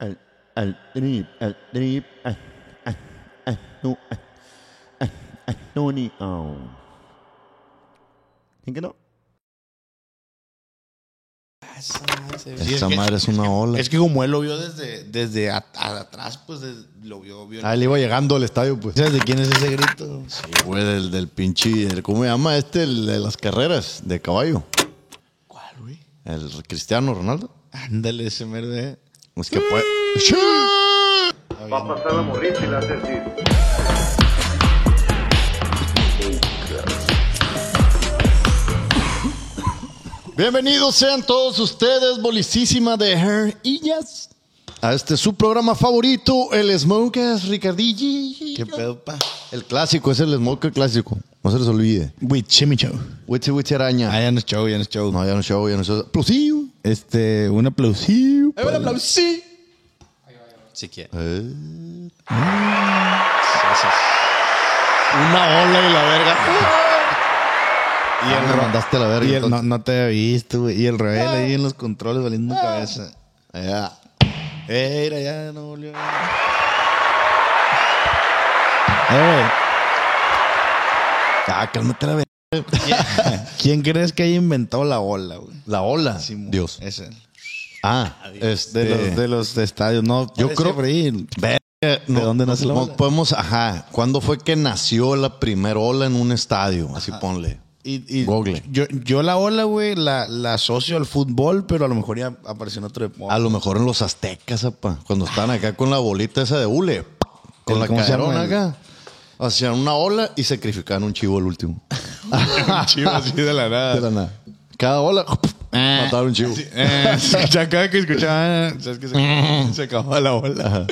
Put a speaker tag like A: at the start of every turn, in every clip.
A: al, al trip, al trip, al, al, al, no, ah, al, al, al Tony Aum. ¿Sí que oh. no? Esa madre es una ola.
B: Es que como él lo vio desde, desde a- a- atrás, pues des- lo vio. vio
A: Ah, él iba llegando al estadio, pues.
B: ¿Sabes de quién es ese grito?
A: Sí, güey, del, del pinche. del- ¿Cómo se llama este? El de las carreras de caballo.
B: ¿Cuál, güey?
A: El Cristiano Ronaldo.
B: Ándale, ese mero eh. de.
A: Es que puede.
C: Va a pasar la morrita y la hace así.
A: Bienvenidos sean todos ustedes, bolicísima de Her y Jazz, A este su programa favorito, el Smokers Ricardilli.
B: ¿Qué pedo, pa?
A: El clásico, es el Smoker clásico. No se les olvide.
B: Güey, chimi show.
A: Wichi Wichi Araña.
B: Ah, ya no es show, ya no es show.
A: No, ya no show, ya no show. Plusillo.
B: Este, un aplausillo. ¡Eh, un aplausillo! Si quiere.
A: Eh. Una ola y la verga. Y él Ah, me mandaste a la verga.
B: Y el, no,
A: entonces. Ah.
B: no te había visto, güey. Y el rebel ahí en los controles valiendo cabeza.
A: Allá.
B: Eh, mira, ya no volvió. Eh,
A: Ah, cálmate la verga.
B: güey. ¿Quién crees que haya inventado la ola, güey?
A: La ola.
B: Simón.
A: Dios.
B: Es él.
A: Ah, este.
B: De, los, de los estadios. No,
A: Yo creo-
B: Ver-
A: no,
B: ¿De dónde nace la
A: no
B: ola?
A: Podemos, ajá. ¿Cuándo fue que nació la primera ola en un estadio? Así ponle.
B: Y, y
A: Google.
B: Yo, yo la ola, güey, la, la asocio al fútbol, pero a lo mejor ya apareció en otro deporte.
A: A lo mejor en los aztecas, apa, cuando estaban acá con la bolita esa de hule, con
B: El-
A: la
B: ¿cómo se llama
A: caderona
B: el-
A: acá, hacían una ola y sacrificaban un chivo al último.
B: chivo así de la nada.
A: De la nada. Cada ola, mataron un chivo.
B: Ah. Sí, eh, se escuchaba cada que escuchaba, ¿sabes qué? Se, se acababa la ola.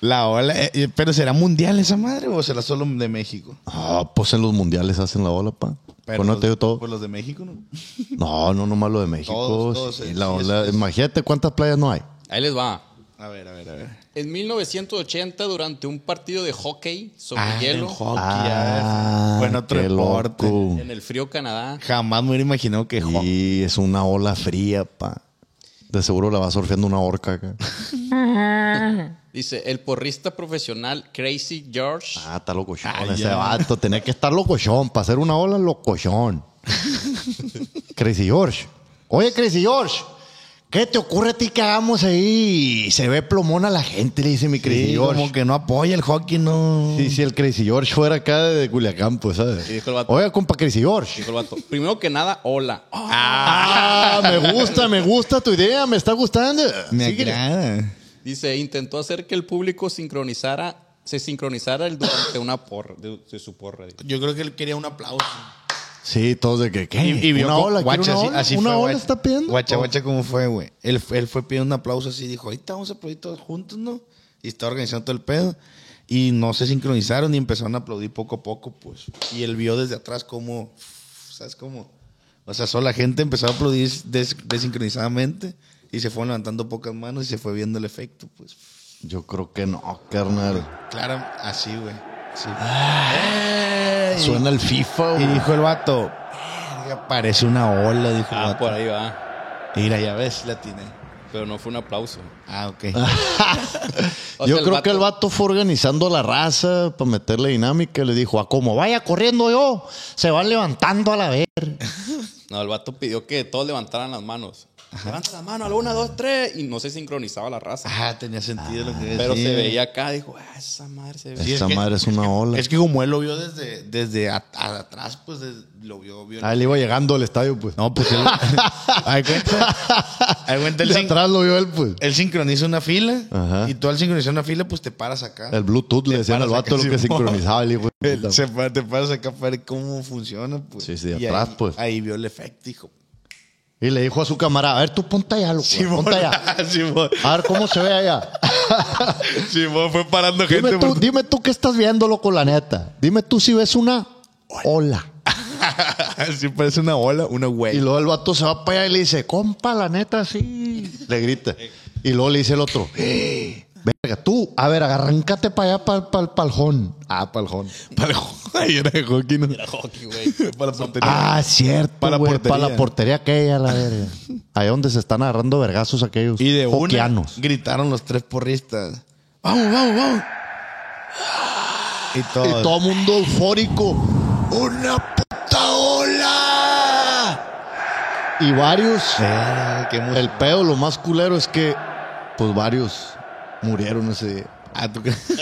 B: La ola. eh, eh, pero ¿será mundial esa madre o será solo de México?
A: Ah, pues en los mundiales hacen la ola, pa.
B: Pero
A: Pues no
B: los-
A: te digo todo.
B: Pues los de México, ¿no?
A: No, no, nomás lo de México.
B: Todos, todos,
A: sí,
B: eh,
A: la
B: sí,
A: ola.
B: eso es.
A: Imagínate cuántas playas no hay.
D: Ahí les va.
B: A ver, a ver, a ver.
D: En 1980, durante un partido de hockey sobre
B: Ah, el
D: hielo
B: hockey,
A: Ah,
B: a ver. Bueno, otro
A: qué
B: deporte.
A: loco.
D: en el frío Canadá,
B: Jamás me hubiera imaginado que hockey.
A: Y es una ola fría, pa. De seguro la va surfeando una orca acá.
D: dice el porrista profesional Crazy George
A: Ah, está locochón
B: Ah,
A: ese
B: ya.
A: vato. Tenía que estar locochón para hacer una ola locochón. Crazy George. Oye, Crazy George, ¿qué te ocurre a ti que hagamos ahí? Se ve plomón a la gente, le dice mi Crazy
B: Sí,
A: George.
B: como que no apoya el hockey, no.
A: Sí, si el Crazy George fuera acá de Culiacán, pues, ¿sabes?
D: Y dijo el vato.
A: Oye, compa Crazy George.
D: dijo el vato. Primero que nada, hola.
A: Ah, me gusta, me gusta tu idea, me está gustando.
B: Me
A: Síguele.
B: agrada.
D: Dice, intentó hacer que el público sincronizara, se sincronizara el durante una porra, de, de su porra. digo.
B: Yo creo que él quería un aplauso.
A: Sí, todos de que, ¿qué?
B: Y, y vio
A: una
B: cómo-
A: ola,
B: guacha,
A: ¿quiere una
B: así-
A: ola,
B: así
A: una
B: fue,
A: ola
B: guacha.
A: está pidiendo.
B: Guacha, guacha, ¿cómo fue, güey? Él, él fue pidiendo un aplauso así dijo, ahorita vamos a aplaudir todos juntos, ¿no? Y estaba organizando todo el pedo. Y no se sincronizaron y empezaron a aplaudir poco a poco, pues. Y él vio desde atrás cómo, ¿sabes cómo? O sea, solo la gente empezó a aplaudir des- desincronizadamente y se fueron levantando pocas manos y se fue viendo el efecto, pues.
A: Yo creo que no, Oh, carnal.
B: Claro, así, güey. Sí.
A: Suena el FIFA,
B: Y
A: güey.
B: dijo el vato, "Verga, parece una ola, dijo el
D: Ah,
B: vato.
D: por ahí va.
B: Mira, ya ves, la tiene.
D: Pero no fue un aplauso.
B: Ah, ok.
D: O
A: Yo
D: sea, el
A: creo que el
D: vato-
A: vato fue organizando la raza para meterle dinámica. y Le dijo, a como vaya corriendo yo, se van levantando a la ver.
D: No, el vato pidió que todos levantaran las manos. Levanta la mano a la una, dos, tres. Y no se sincronizaba la raza.
B: Ajá, tenía sentido lo que decía.
D: Pero se veía acá, dijo, ah, esa madre se ve.
B: Sí,
A: Esa
B: que-
A: madre es una ola.
B: Es que como él lo vio desde, desde at- a- atrás, pues des- lo vio. vio
A: Ah, él iba llegando al estadio, pues.
B: No, pues él. Ahí cuenta. Ahí cuenta el
A: De
B: sin-
A: atrás lo vio él, pues.
B: Él sincroniza una fila
A: Ajá.
B: y tú al sincronizar una fila, pues te paras acá.
A: El Bluetooth le
B: Te
A: decían al
B: paras
A: vato
B: acá,
A: lo que
B: sí, mo.
A: sincronizaba el hijo. de puta.
B: Se pa- te paras acá para ver cómo funciona. Pues.
A: Sí, sí, de
B: Y
A: atrás,
B: ahí-
A: pues.
B: Ahí vio el efecto, hijo.
A: Y le dijo a su camarada, a ver, tú ponte allá, loco. ponte allá. Ah,
B: Simón,
A: A ver cómo se ve allá.
B: Simón fue parando gente.
A: Dime tú,
B: por-
A: dime tú qué estás viendo, loco, la neta. Dime tú si ves una ola.
B: sí, parece una ola, una
A: Y
B: güey.
A: luego el vato se va para allá y le dice, compa, la neta, sí. Le grita. Y luego le dice el otro, "Eh, verga, tú, a ver, arrancate para allá, para el paljón. Ah, paljón.
B: Para el Ay, era de hockey, ¿no?
D: Hockey, güey.
B: Para la portería.
A: Ah, cierto.
B: Para la
A: güey,
B: portería.
A: Para la portería aquella, la verga. Ahí donde se están agarrando vergazos aquellos.
B: Y de una
A: hoqueanos.
B: gritaron los tres porristas. ¡Vamos, vamos, vamos! Y todos.
A: Y todo mundo eufórico. ¡Una puta ola! Y varios.
B: Ah, qué emoción.
A: El pedo, lo más culero es que, pues varios murieron ese día.
B: Ah, ¿tú crees?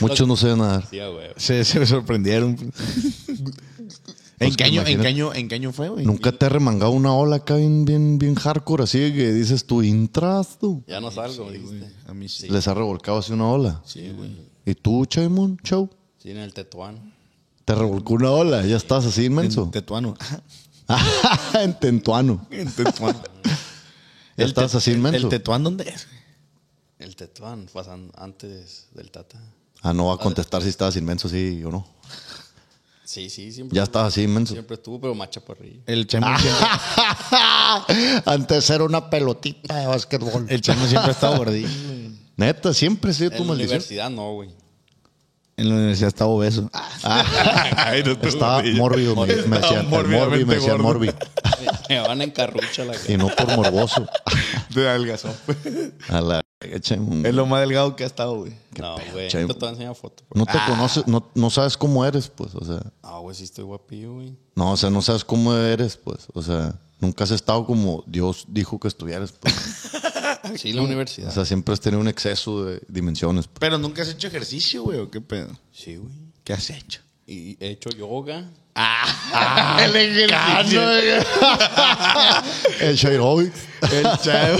A: Muchos no saben nadar.
D: Sí, güey.
B: se, se me sorprendieron. ¿En,
A: Pues
B: qué
A: que
B: año, ¿en,
A: imagínate.
B: qué año, ¿En qué año fue, güey?
A: Nunca te ha remangado una ola acá bien, bien, bien hardcore, así de que dices tu intrasto.
D: Ya no salgo,
B: Sí, güey,
D: dijiste.
B: A mí sí.
A: Les ha revolcado así una ola.
B: Sí, güey.
A: ¿Y tú, Chaimon, Chau?
D: Sí, en el Tetuán.
A: Te revolcó una ola, ya estás así
B: En
A: inmenso.
B: Tetuano.
A: en Tentuano.
B: En Tetuano.
A: Ya estás
B: te-
A: así inmenso.
B: ¿El Tetuán dónde es?
D: El Tetuán, pasan antes del Tata.
A: Ah, no va a contestar si estabas inmenso, sí o no.
D: Sí, sí, siempre.
A: Ya estás así inmenso.
D: Siempre estuvo, pero más chaparrillo.
A: Ah.
B: El Chemo, siempre,
A: Antes era una pelotita de básquetbol.
B: el Chemo siempre ha estado gordillo. güey.
A: Neta, siempre ha sido tu
D: En la
A: maldición.
D: universidad no, güey.
B: En la universidad estaba obeso. Ay, no te
A: Estaba
B: gordillo.
A: mórbido, me, me decían.
B: Estaba
A: el Morbi, me
B: mórbidamente
A: decían
B: gordo.
A: Morbi.
D: Me van en carrucha la
A: Y no por morboso.
B: De pues. algazón.
A: A la verga, Chaimon.
B: Es lo más delgado que ha estado, güey.
D: No, güey.
A: Chayo.
D: Yo te voy a enseñar foto. güey.
A: No
B: Ah,
A: te conoces, no, no sabes cómo eres, pues, o sea.
D: Ah, güey, sí estoy guapillo, güey.
A: No, o sea, no sabes cómo eres, pues, o sea. Nunca has estado como Dios dijo que estuvieras, pues.
D: Sí, la
A: O
D: universidad.
A: sea, siempre has tenido un exceso de dimensiones. pues.
B: Pero nunca has hecho ejercicio, güey, ¿o qué pedo?
D: Sí, güey.
B: ¿Qué has hecho?
D: Y he hecho yoga.
B: el ejercicio.
A: El Shairovic.
B: El chavo.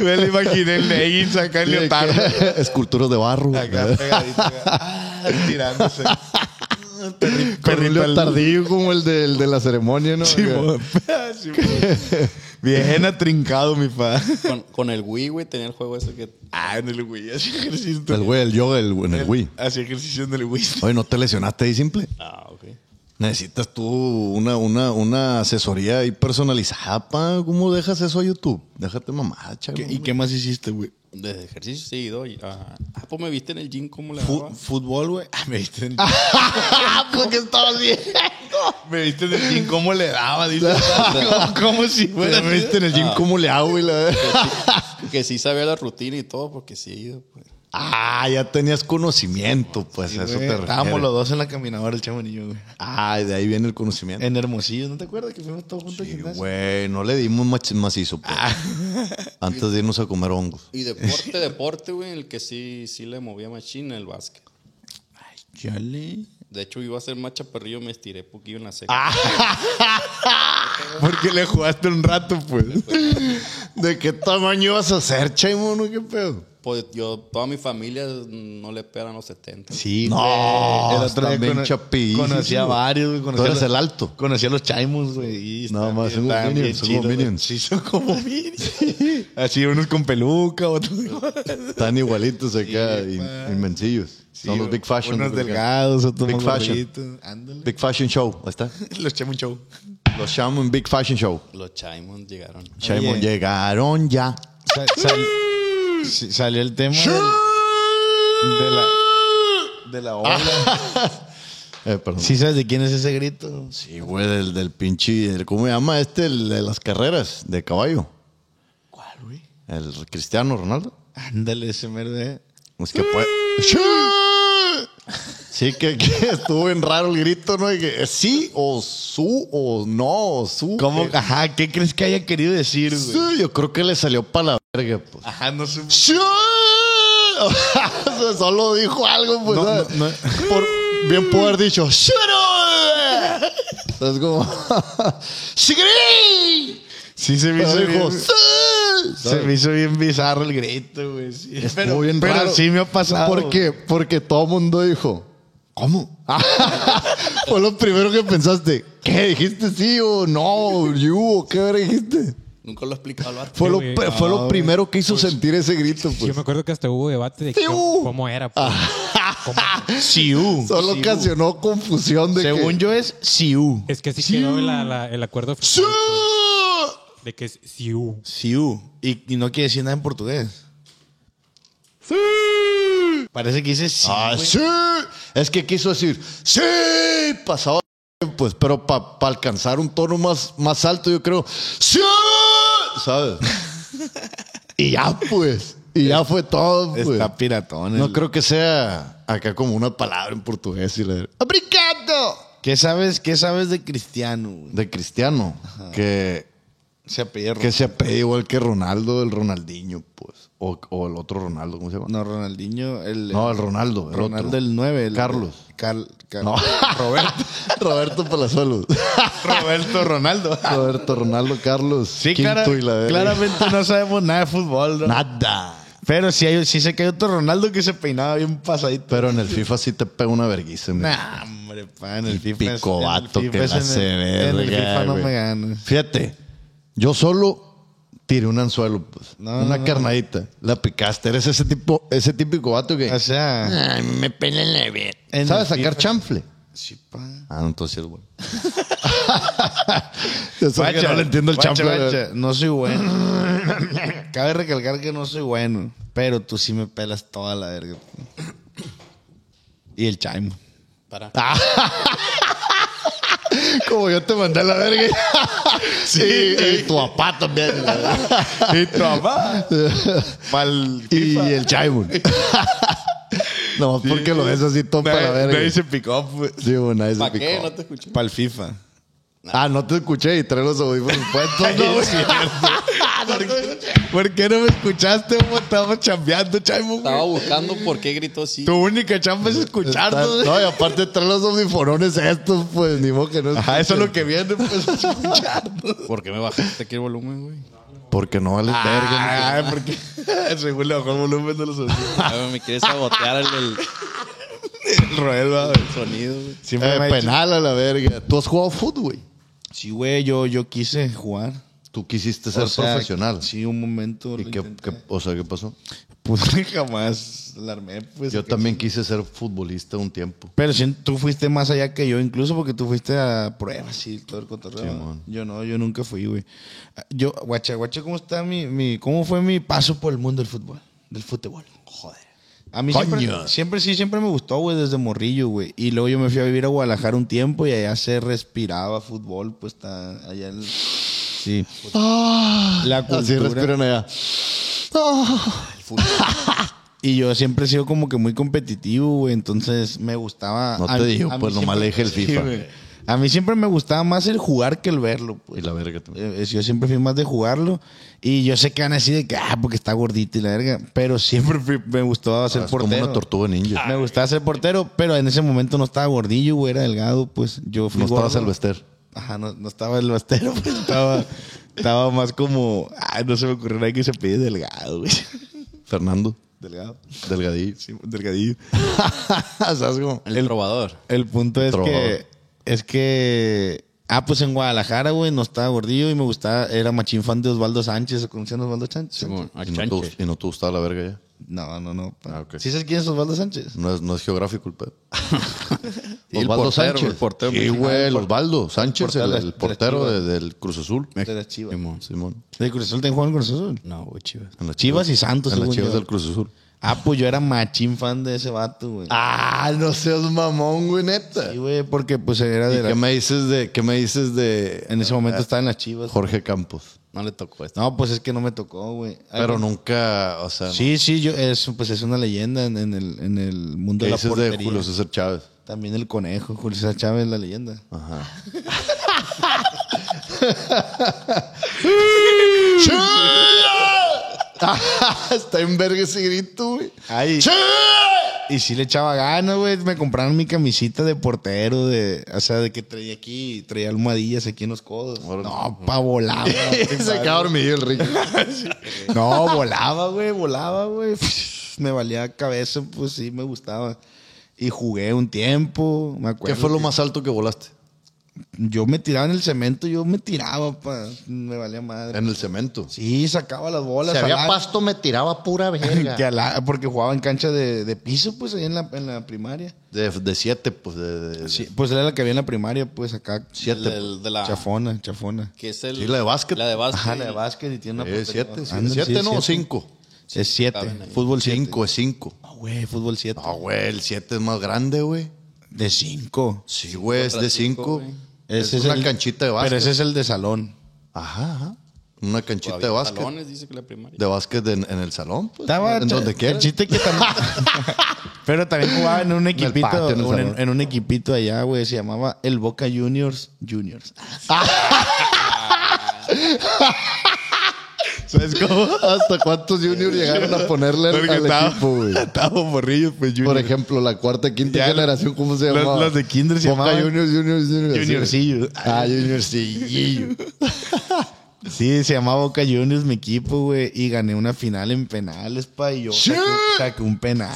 B: Me lo imaginé el leggings acá en leotardo.
A: Esculturas de barro.
B: Acá pegadito. acá. Ah, tirándose.
A: Con un leotardillo como el del- de, la ceremonia, ¿no?
B: Sí, mo- sí, mo- Bien atrincado, mi pa.
D: Con, con el Wii, güey, tenía el juego ese que.
B: Ah, en el güey. Hacía ejercicio.
A: el güey, el yoga, el, en el Wii.
B: Hacía ejercicio en el güey.
A: Oye, ¿no te lesionaste ahí simple?
D: Ah, ok.
A: Necesitas tú una, una, una asesoría ahí personalizada, pa. ¿Cómo dejas eso a YouTube? Déjate mamá, chaval.
B: ¿Y qué más hiciste, güey?
D: Desde ejercicio sí, doy. Ah, ah, pues me viste en el gym cómo le
B: Fu-
D: daba.
B: Fútbol, güey. Ah, me viste en,
A: porque estabas bien.
B: me viste en el gym cómo le daba, dice. como, como si fuera. Ah.
A: me viste en el gym cómo le hago y la
D: Que sí sabía la rutina y todo, porque sí he ido, pues.
A: Ah, ya tenías conocimiento, pues a eso
B: Güey,
A: te
B: Estábamos
A: refieres.
B: los dos en la caminadora, el chavo y yo, güey.
A: Ah, de ahí viene el conocimiento.
B: En Hermosillo, ¿no te acuerdas que fuimos todos juntos al
A: Sí,
B: gimnasio? Ah.
A: güey, no le dimos mach- macizo, pues. Antes de irnos a comer hongos.
D: Y deporte, deporte, güey, en el que sí, sí le movía machina el básquet.
B: Chale.
D: De hecho, iba a ser más chaparrillo, me estiré poquillo en la seca.
A: Ah.
B: Porque le jugaste un rato, pues.
A: ¿De qué tamaño vas a ser, Chaimono? ¿Qué pedo?
D: Pues yo, toda mi familia mm, no le esperan los 70.
B: Sí,
A: No,
B: güey.
A: están bien
B: cono-
A: chapillísimos.
B: Conocí a varios, güey. Conocí
A: Tú
B: a
A: eres
B: los-
A: el alto.
B: Conocí a los Chaimons, güey. y
A: No,
B: están
A: más,
B: bien-
A: son como
B: están
A: minions,
B: bien
A: son como
B: chidos, güey.
A: minions.
B: Sí, son como minions. Así, unos con peluca, otros.
A: Están igualitos acá, in- inmensillos. Son los Big Fashion.
B: Unos
A: Big
B: delgados, otros
A: Big
B: más
A: Fashion.
B: gorditos. Ándale.
A: Big Fashion Show. Ahí está.
B: Los Chaimon Show.
A: Los Shaman Big Fashion Show.
B: Eh.
D: Los Chaimons llegaron.
A: Shaman
B: Oye.
A: llegaron ya.
B: Sa- sal- sí, salió el tema del- de la... De la ola.
A: Eh, perdón.
B: ¿Sí sabes de quién es ese grito?
A: Sí, güey, del, del pinche. el- ¿Cómo se llama este? El de las carreras de caballo.
B: ¿Cuál, güey?
A: El Cristiano Ronaldo.
B: eh. Ándale, ese mero de...
A: Es que puede. Sí, que, que estuvo en raro el grito, ¿no? Y que, eh, sí, o su, o no, o su.
B: ¿Cómo?
A: Eh,
B: Ajá, ¿qué crees que haya querido decir, güey?
A: sí, yo creo que le salió para la verga, pues.
B: Ajá, no sé.
A: ¡Sí! O sea, Solo dijo algo, pues.
B: No,
A: ¿sabes?
B: no,
A: Por- bien pudo haber dicho, ¡Sí! no! ¿Sabes cómo? ¡Sí!
B: Sí, se me hizo
A: Pero dijo,
B: bien.
A: ¡Sí!
B: Se me hizo bien bizarro el grito, güey. sí.
A: Estuvo
B: Pero,
A: bien
B: pero
A: raro.
B: sí me ha pasado.
A: ¿Por qué? Porque todo el mundo dijo, ¿cómo? Fue lo primero que pensaste. ¿Qué? ¿Dijiste sí o no? ¿You? o ¿Qué verga dijiste?
D: Nunca lo he explicado al vato.
A: Fue,
E: Sí,
A: lo,
E: güey.
A: pe- fue
B: Ah,
A: lo primero que
B: pues,
A: hizo sentir ese grito,
E: Yo
A: pues.
E: me acuerdo que hasta hubo debate de
A: Sí,
E: qué-
A: hubo. Ah.
E: cómo era. pues.
B: Siu.
A: Solo
B: Siu.
A: ocasionó confusión de
B: Según
A: que...
B: yo es Siu.
E: Es que así
A: Sí,
E: quedó
A: hubo.
E: la- la- el acuerdo
A: ¡Sí!
E: oficial, pues, de que es Siu.
B: Siu. Y, y no quiere decir nada en portugués. Parece que dice Siu.
A: ¡Ah,
B: güey.
A: sí! Es que quiso decir, ¡sí! Pasaba, pues, pero para alcanzar un tono más, más alto, yo creo, ¡sí! ¿Sabes? y ya, pues. Y ya fue todo, pues.
B: Está piratón.
A: No
B: el-
A: creo que sea acá como una palabra en portugués y la ¡Obrigado!
B: ¿Qué sabes, qué sabes de Cristiano? güey?
A: De cristiano, que,
B: Se
A: que
B: apellida Ronaldo.
A: se apellida igual que Ronaldo, el Ronaldinho, pues. O, o el otro Ronaldo, ¿cómo se llama?
B: No, Ronaldinho. El,
A: No, el Ronaldo. el
B: Ronaldo
A: otro.
B: el 9. el-
A: Carlos.
B: Car- Car-
A: No. Roberto. Roberto Palazuelos.
B: Roberto Ronaldo.
A: Roberto Ronaldo Carlos.
B: Sí,
A: Quinto
B: clara-
A: y la verga.
B: claramente no sabemos nada de fútbol. ¿no?
A: Nada.
B: Pero sí, hay, sí sé que hay otro Ronaldo que se peinaba bien pasadito.
A: Pero en el FIFA sí te pega una vergüenza. mi
B: Nah, hombre, pa, en el
A: Típico
B: FIFA. es- en el
A: vato
B: FIFA
A: que
B: es
A: la
B: en el-
A: hace
B: En el
A: verga,
B: FIFA no
A: güey.
B: me gana.
A: Fíjate, yo solo tiré un anzuelo, pues.
B: No,
A: una
B: no, no.
A: carnadita. La picaste. Eres ese tipo, ese típico vato que.
B: O sea,
A: "Ay, me pelan la vida".
B: En
A: ¿Sabes
B: el
A: sacar
B: FIFA.
A: chanfle?
B: sí, pa.
A: Ah, no, entonces sí es bueno. Yo sé que
B: Guacha,
A: no le entiendo el
B: guacha,
A: chanfle.
B: guacha, No soy bueno. Cabe recalcar que no soy bueno, pero tú sí me pelas toda la verga. Y el chaimo.
D: Para.
A: Como yo te mandé a la verga. sí, y, y tu papá también.
B: Y tu mamá. Pa'l
A: y
B: FIFA.
A: el Chaimon. no, porque lo ves así todo para la
B: Nadie-
A: verga.
B: nadie se picó, pues.
A: Sí, bueno, ahí se
D: ¿Para
A: picó.
D: qué? No te escuché.
B: Pa'l FIFA.
A: Ah, no te escuché y trae los audífonos puestos. No, güey.
B: ¿Por qué no me escuchaste? ¿Cómo estábamos chambeando, Chaimo? güey?
D: Estaba buscando por qué gritó así.
B: Tu única chamba es
A: Está-
B: escucharnos. güey.
A: no, y aparte trae los audífonos estos, pues, ni modo que no
B: Ajá, eso es lo que
A: viene.
B: viene, pues, escucharnos.
D: ¿Por qué me bajaste aquí el volumen, güey?
A: Porque no vale
B: Ah.
A: verga.
B: Ay, porque según le bajó el volumen de los audífonos.
A: Ah.
D: Ay, me quieres sabotear el, el-
B: El Roel, va, güey.
D: el sonido, güey.
B: Siempre
A: Eh,
B: me ha dicho-
A: penal a la verga. ¿Tú has jugado fútbol, güey?
B: Sí, güey, yo, yo quise jugar.
A: Tú quisiste ser
B: O sea,
A: profesional.
B: Sí, un momento.
A: ¿Y
B: lo
A: qué,
B: intenté.
A: qué- o sea, qué pasó?
B: Pues jamás la armé, pues.
A: Yo
B: que-
A: también quise ser futbolista un tiempo.
B: Pero si tú fuiste más allá que yo, incluso porque tú fuiste a pruebas y todo el cotorreo.
A: Simón.
B: yo no, yo nunca fui, güey. Ah, Yo, guacha, guacha, ¿cómo está mi, mi, cómo fue mi paso por el mundo del fútbol? Del fútbol. Joder. A mí siempre,
A: Coño.
B: siempre sí, siempre me gustó, güey, desde morrillo, güey. Y luego yo me fui a vivir a Guadalajara un tiempo y allá se respiraba fútbol, pues está allá en... Sí.
A: Ah.
B: La
A: Así
B: cultura.
A: respiran allá.
B: Y yo siempre he sido como que muy competitivo, güey. Entonces me gustaba.
A: No
B: a
A: te
B: mí-
A: digo,
B: a mí
A: pues, nomás le dije el
B: Sí,
A: FIFA.
B: güey. a mí siempre me gustaba más el jugar que el verlo,
A: Y
B: pues.
A: la verga también.
B: Eh, eh, Yo siempre fui más de jugarlo. Y yo sé que van a decir de que, ah, porque está gordito y la verga. Pero siempre fui- me gustaba ser
A: Ah, Es como
B: portero.
A: una tortuga ninja.
B: Pues Me gustaba ser portero, pero en ese momento no estaba gordillo, güey, era delgado, pues yo fui
A: No estabas
B: gordo.
A: al Bester.
B: Ajá, no, no estaba el bastero, pues estaba, estaba más como, ah, no se me ocurrió nadie que se pide delgado, güey.
A: Fernando.
B: Delgado,
A: Delgadillo.
B: sí, delgadillo.
A: ¿Sabes cómo?
D: El, probador.
B: El punto es
A: Trovador.
B: que, es que, ah, pues en Guadalajara, güey, no estaba gordillo y me gustaba, era machín fan de Osvaldo Sánchez, ¿conocían a Osvaldo Sánchez?
A: Y no, te, gust- y no te gustaba la verga ya.
B: No, no, no. pa.
A: Ah, ok.
B: ¿Sí sabes quién es Osvaldo Sánchez? Ah,
A: No es, no es geográfico el pedo.
D: Y el
A: Osvaldo
D: portero,
A: Sánchez.
D: el portero
A: sí,
D: mexicano.
A: güey, el Osvaldo Sánchez, el,
B: portero de-
A: el
B: de
A: portero
B: las
A: de- del Cruz Azul.
B: De las Chivas.
A: Simón. Simón.
B: ¿De Cruz Azul te juegan Cruz Azul?
D: No, güey, chivas.
A: En las
B: Chivas y Santos,
A: En las
B: según
A: Chivas
B: yo.
A: del Cruz Azul.
B: Ah, pues yo era machín fan de ese vato, güey.
A: Ah, no seas mamón, güey, neta.
B: Sí, güey, porque pues era
A: ¿Y
B: de la-
A: qué me dices de, qué me dices de Ah,
B: En ese momento estaba en las chivas.
A: Jorge Campos?
D: No le tocó esto.
B: No, pues es que no me tocó, güey.
A: Pero
B: Algo-
A: nunca, o sea,
B: Sí, sí, yo, es, pues es una leyenda en, en el, en el mundo
A: ¿qué
B: de la
A: dices
B: portería.
A: de Julio César Chávez?
B: También el conejo, Julio César Chávez, la leyenda.
A: Está en verga ese grito, güey.
B: Ay, y sí le echaba ganas, güey. Me compraron mi camisita de portero, de, o sea, de que traía aquí, traía almohadillas aquí en los codos. No, pa, volaba.
A: Se queda dormido el Ricky.
B: No, volaba, güey, volaba, güey. Me valía cabeza, pues sí, me gustaba. Y jugué un tiempo, me acuerdo.
A: ¿Qué fue lo
B: que
A: más alto que volaste?
B: Yo me tiraba en el cemento, yo me tiraba, pa. Me valía madre.
A: En el cemento.
B: Sí, sacaba las bolas.
F: Si había
B: al-
F: pasto, me tiraba pura
B: que
F: verga.
B: al- porque jugaba en cancha de, de piso, pues, ahí en la, en la primaria.
A: De, de siete, pues. De, de-
B: Sí, pues era la que había en la primaria, pues, acá.
A: Siete.
D: La del- de la-
B: Chafona, chafona.
D: Que es el,
A: Sí, la de básquet.
D: La de básquet.
B: Ajá, la de básquet y tiene una
A: de
B: portería.
A: siete, sí.
B: pues, Ándale,
A: siete
B: sí,
A: no,
B: siete. Pues
A: cinco.
B: Es siete.
D: Saben ahí.
B: Fútbol siete.
A: Cinco es cinco.
B: Ah, güey, fútbol siete.
A: No, güey, el siete es más grande, güey.
B: De cinco.
A: Sí, güey, es
B: pues,
D: contra
A: de
D: cinco,
A: cinco.
D: güey.
A: Es,
B: Ese
A: una
B: el-
A: canchita de básquet.
B: Pero ese es el de salón.
A: Ajá, ajá. Una canchita
D: Había
A: de básquet.
D: salones, dice que la primaria.
A: De básquet en, en el salón, pues.
B: Estaba
A: en
B: cha-
A: donde
B: El
A: quieras.
B: chiste que también. Pero también jugaba en un equipito,
A: patio, en el
B: un- en,
A: salón.
B: en un equipito allá, güey, se llamaba el Boca Juniors Juniors.
A: ¿Sabes cómo? ¿Hasta cuántos juniors llegaron a ponerle al,
B: Porque
A: al
B: estaba-
A: equipo, güey?
B: Estaba morrillo, pues
A: Por ejemplo, la cuarta, quinta
B: Ya,
A: generación, ¿cómo se
B: los-
A: llamaba?
B: los de kinder se
A: Boca
B: llamaban-
A: Juniors, Juniors, Juniors.
B: Juniorcillo.
A: Ah, Juniorcillo.
B: Sí, se llamaba Boca Juniors mi equipo, güey, y gané una final en penales, pa, y yo
A: Sí.
B: saqué, saqué un penal.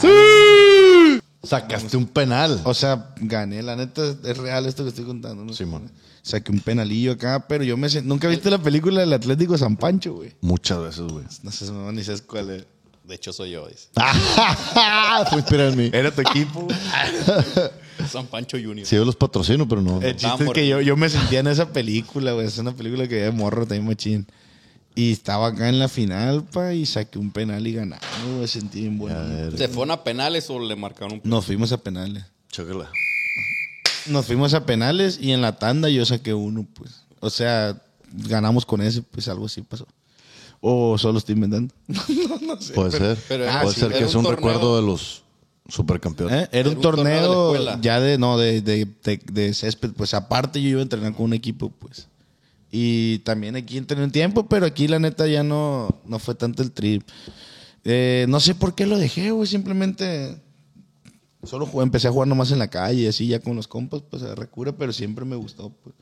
A: Sacaste un penal.
B: O sea, gané, la neta es real esto que estoy contando, ¿no?
A: Simón.
B: Saqué un penalillo acá, pero yo me sen- nunca viste la película del Atlético San Pancho, güey.
A: Muchas veces, güey.
B: No sé, no, ni sabes cuál es.
D: De hecho, soy yo,
A: Ah.
D: dice.
A: Fue inspirado en mí.
B: Era tu equipo.
D: San Pancho Junior.
A: Eh, Sí, yo los patrocino, pero no.
D: Eh,
B: El chiste es
D: Tambor.
B: que yo, yo me sentía en esa película, güey. Es una película que veía de morro también, machín. Y estaba acá en la final, pa, y saqué un penal y ganamos, güey. Sentí bien bonito.
D: ¿Se fueron a penales o le marcaron un penal?
B: Nos fuimos a penales.
A: Chócala.
B: Nos fuimos a penales y en la tanda yo saqué uno, pues. O sea, ganamos con ese, pues algo así pasó. O solo estoy inventando.
A: Puede ser.
D: pero-
A: Puede
D: ah, sí,
A: ser que
D: era
A: es
D: un
A: un
D: torneo.
A: recuerdo de los supercampeones.
B: ¿Eh? Era un,
D: un torneo de
B: torneo,
D: escuela.
B: ya de, no, de, de, de- de césped. Pues aparte yo iba a entrenar con un equipo, pues. Y también aquí entrené un tiempo, pero aquí la neta ya no, no fue tanto el trip. Eh, no sé por qué lo dejé, güey. Simplemente solo jugué- empecé a jugar nomás en la calle, así ya con los compas, pues a recura, pero siempre me gustó, pues.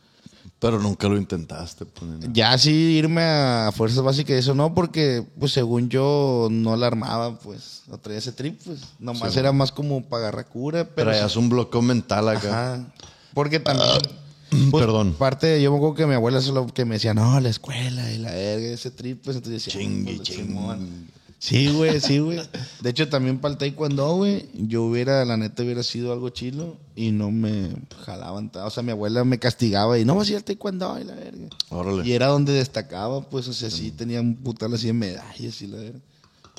A: Pero nunca lo intentaste. pues, ni nada.
B: Ya sí irme a fuerzas básicas y eso no, porque pues según yo no la armaba, pues no traía ese trip, pues nomás era más como para agarrar cura, pero...
A: Traías un bloqueo mental acá.
B: Ajá. Porque también... pues,
A: Ah, Perdón.
B: Parte de, yo me acuerdo que mi abuela solo que me decía, no, la escuela y la verga, ese trip, pues entonces decía,
A: Chingue,
B: "Pues,
A: chingue".
B: Simón". Sí, güey, sí, güey. De hecho, también para el taekwondo, güey, yo hubiera, la neta, hubiera sido algo chilo y no me jalaban. ta- O sea, mi abuela me castigaba y no vas a ir al taekwondo y la verga.
A: Órale.
B: Y era donde destacaba, pues, o sea, sí tenía un putal así de medallas y la verga.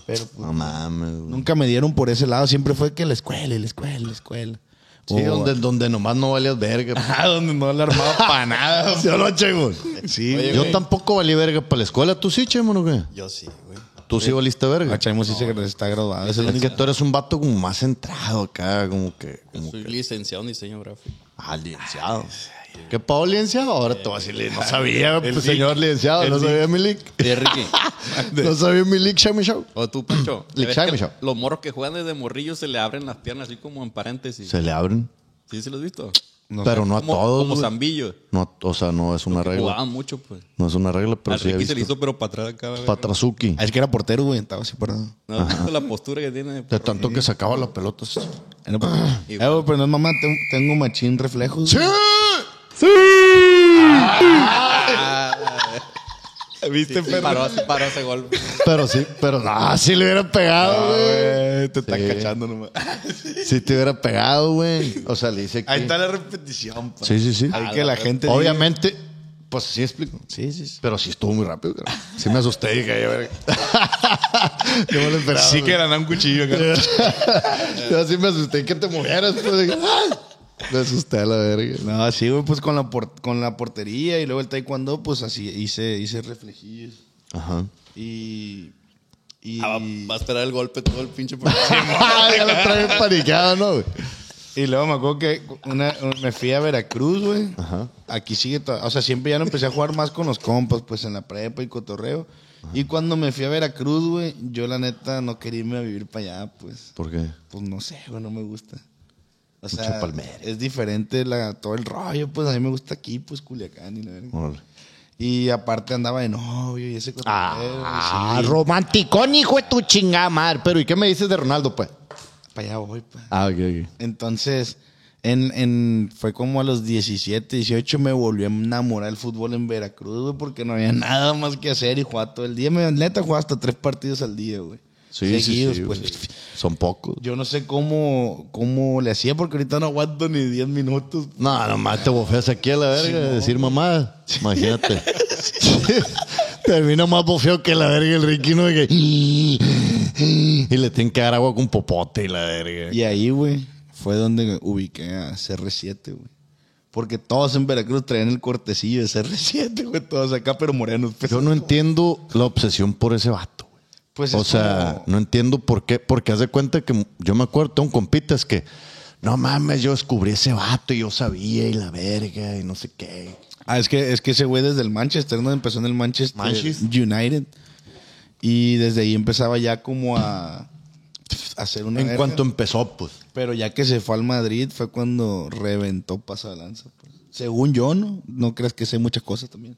B: Pero pues,
A: No mames, güey.
B: nunca me dieron por ese lado, siempre fue que la escuela, y la escuela, y la escuela.
A: Sí,
B: O-
A: donde, donde nomás no valías verga. pues.
B: Ah, donde no la armaba para nada.
A: Yo lo chemo.
B: Sí, güey.
A: Yo tampoco valí verga para la escuela. ¿Tú sí, chemo, o qué?
D: Yo sí, güey.
A: ¿Tú sí valiste verga?
B: Ah, Chaimo sí se está graduado. Es el
A: Es
B: único.
A: que tú eres un vato como más centrado acá, como que... Como
D: Soy
A: que
D: licenciado en diseño gráfico.
A: ah, licenciado. ¿Qué pavo licenciado? Ahora te vas a decir, no sabía, pues, señor licenciado, no sabía mi lic.
D: Oye, Ricky.
A: No sabía mi lic, Shami Show.
D: o tú, Pancho.
A: Le
D: ¿ves
A: chame,
D: que
A: yo.
D: Los morros que juegan desde morrillo se le abren las piernas así como en paréntesis.
A: Se le abren,
D: ¿Sí se los has visto?
A: pero no a
D: Como,
A: todos,
D: como
A: güey.
D: zambillo.
A: No, o sea, no es una regla.
D: Jugaban mucho, pues.
A: No es una regla, pero
D: a
A: sí he
D: Ricky se le
A: visto.
D: hizo, pero para atrás acá. güey.
A: Patrazuki.
B: Ah, Es que era portero, güey, estaba así parado.
D: ¿No has visto la postura que tiene?
A: De
D: perro?
A: tanto que sacaba la pelota. sí.
B: Era portero. Eh, güey, pero no es mamá, tengo, tengo machín reflejos. güey.
D: ¿Viste, perro? Paró, paró ese gol.
A: Pero sí, pero... Ah, sí le hubiera pegado, güey.
B: Eh, te están
A: Sí.
B: cachando nomás.
A: Sí te hubiera pegado, güey. O sea, le hice
B: Ahí
A: aquí.
B: está la repetición, pa.
A: Sí, sí, sí.
B: Ahí que la gente.
A: Obviamente, pues sí explico.
B: Sí, sí, sí.
A: Pero sí estuvo muy rápido, cara. Sí me asusté, dije, ya ver. Yo me lo esperaba.
B: Sí que ganan un cuchillo, cara.
A: güey. Yo sí me asusté que te movieras, pues. dije, ¡ah! Me asusté a la verga.
B: No, sí, güey, pues con la, por- con la portería y luego el taekwondo, pues así hice, hice reflejillos.
A: Ajá.
B: Y. y-
D: Ah, va- va a esperar el golpe todo el pinche programa.
A: Ah, ya lo traen paniqueado, ¿no? güey?
B: Y luego me acuerdo que una- me fui a Veracruz, güey.
A: Ajá.
B: Aquí sigue to- O sea, siempre ya no empecé a jugar más con los compas, pues en la prepa y cotorreo. Y cuando me fui a Veracruz, güey, yo la neta no quería irme a vivir para allá, pues.
A: ¿Por qué?
B: Pues no sé, güey, no me gusta. O
A: Mucho
B: sea,
A: palmero.
B: es diferente la, todo el rollo, pues a mí me gusta aquí, pues Culiacán y la verga.
A: Órale.
B: Y aparte andaba de novio y ese cotorreo.
A: Ah, romanticón, hijo de tu chingada madre. Pero ¿y qué me dices de Ronaldo, pues?
B: Para allá voy, pues.
A: Ah, ok, ok.
B: Entonces, en, en, fue como a los 17, 18 me volvió a enamorar el fútbol en Veracruz, güey, porque no había nada más que hacer y jugaba todo el día. Me, neta, jugaba hasta tres partidos al día, güey.
A: Sí,
B: Seguidos,
A: sí, sí,
B: pues.
A: güey. Son pocos.
B: Yo no sé cómo, cómo le hacía, porque ahorita no aguanto ni 10 minutos.
A: No, nomás te bofeas aquí a la verga de decir mamá. Imagínate. Termino más bofeo que la verga el riquino de que. Y le tienen que dar agua con popote y la verga.
B: Y ahí, güey, fue donde ubiqué a CR7, güey. Porque todos en Veracruz traían el cortecillo de CR7, güey, todos acá, pero morenos. pues.
A: Yo no entiendo la obsesión por ese vato. güey.
B: Pues
A: o
B: es
A: sea,
B: como-
A: no entiendo por qué. Porque haz de cuenta que yo me acuerdo, tengo compitas que. No mames, yo descubrí ese vato y yo sabía y la verga y no sé qué.
B: Ah, es que, es que ese güey desde el Manchester, ¿no? Empezó en el Manchester
A: Manchis.
B: United. Y desde ahí empezaba ya como a, a hacer una.
A: en
B: verga.
A: cuanto empezó, pues.
B: Pero ya que se fue al Madrid fue cuando reventó pasa de lanza. pues. Según yo, ¿no? No creas que sé muchas cosas también.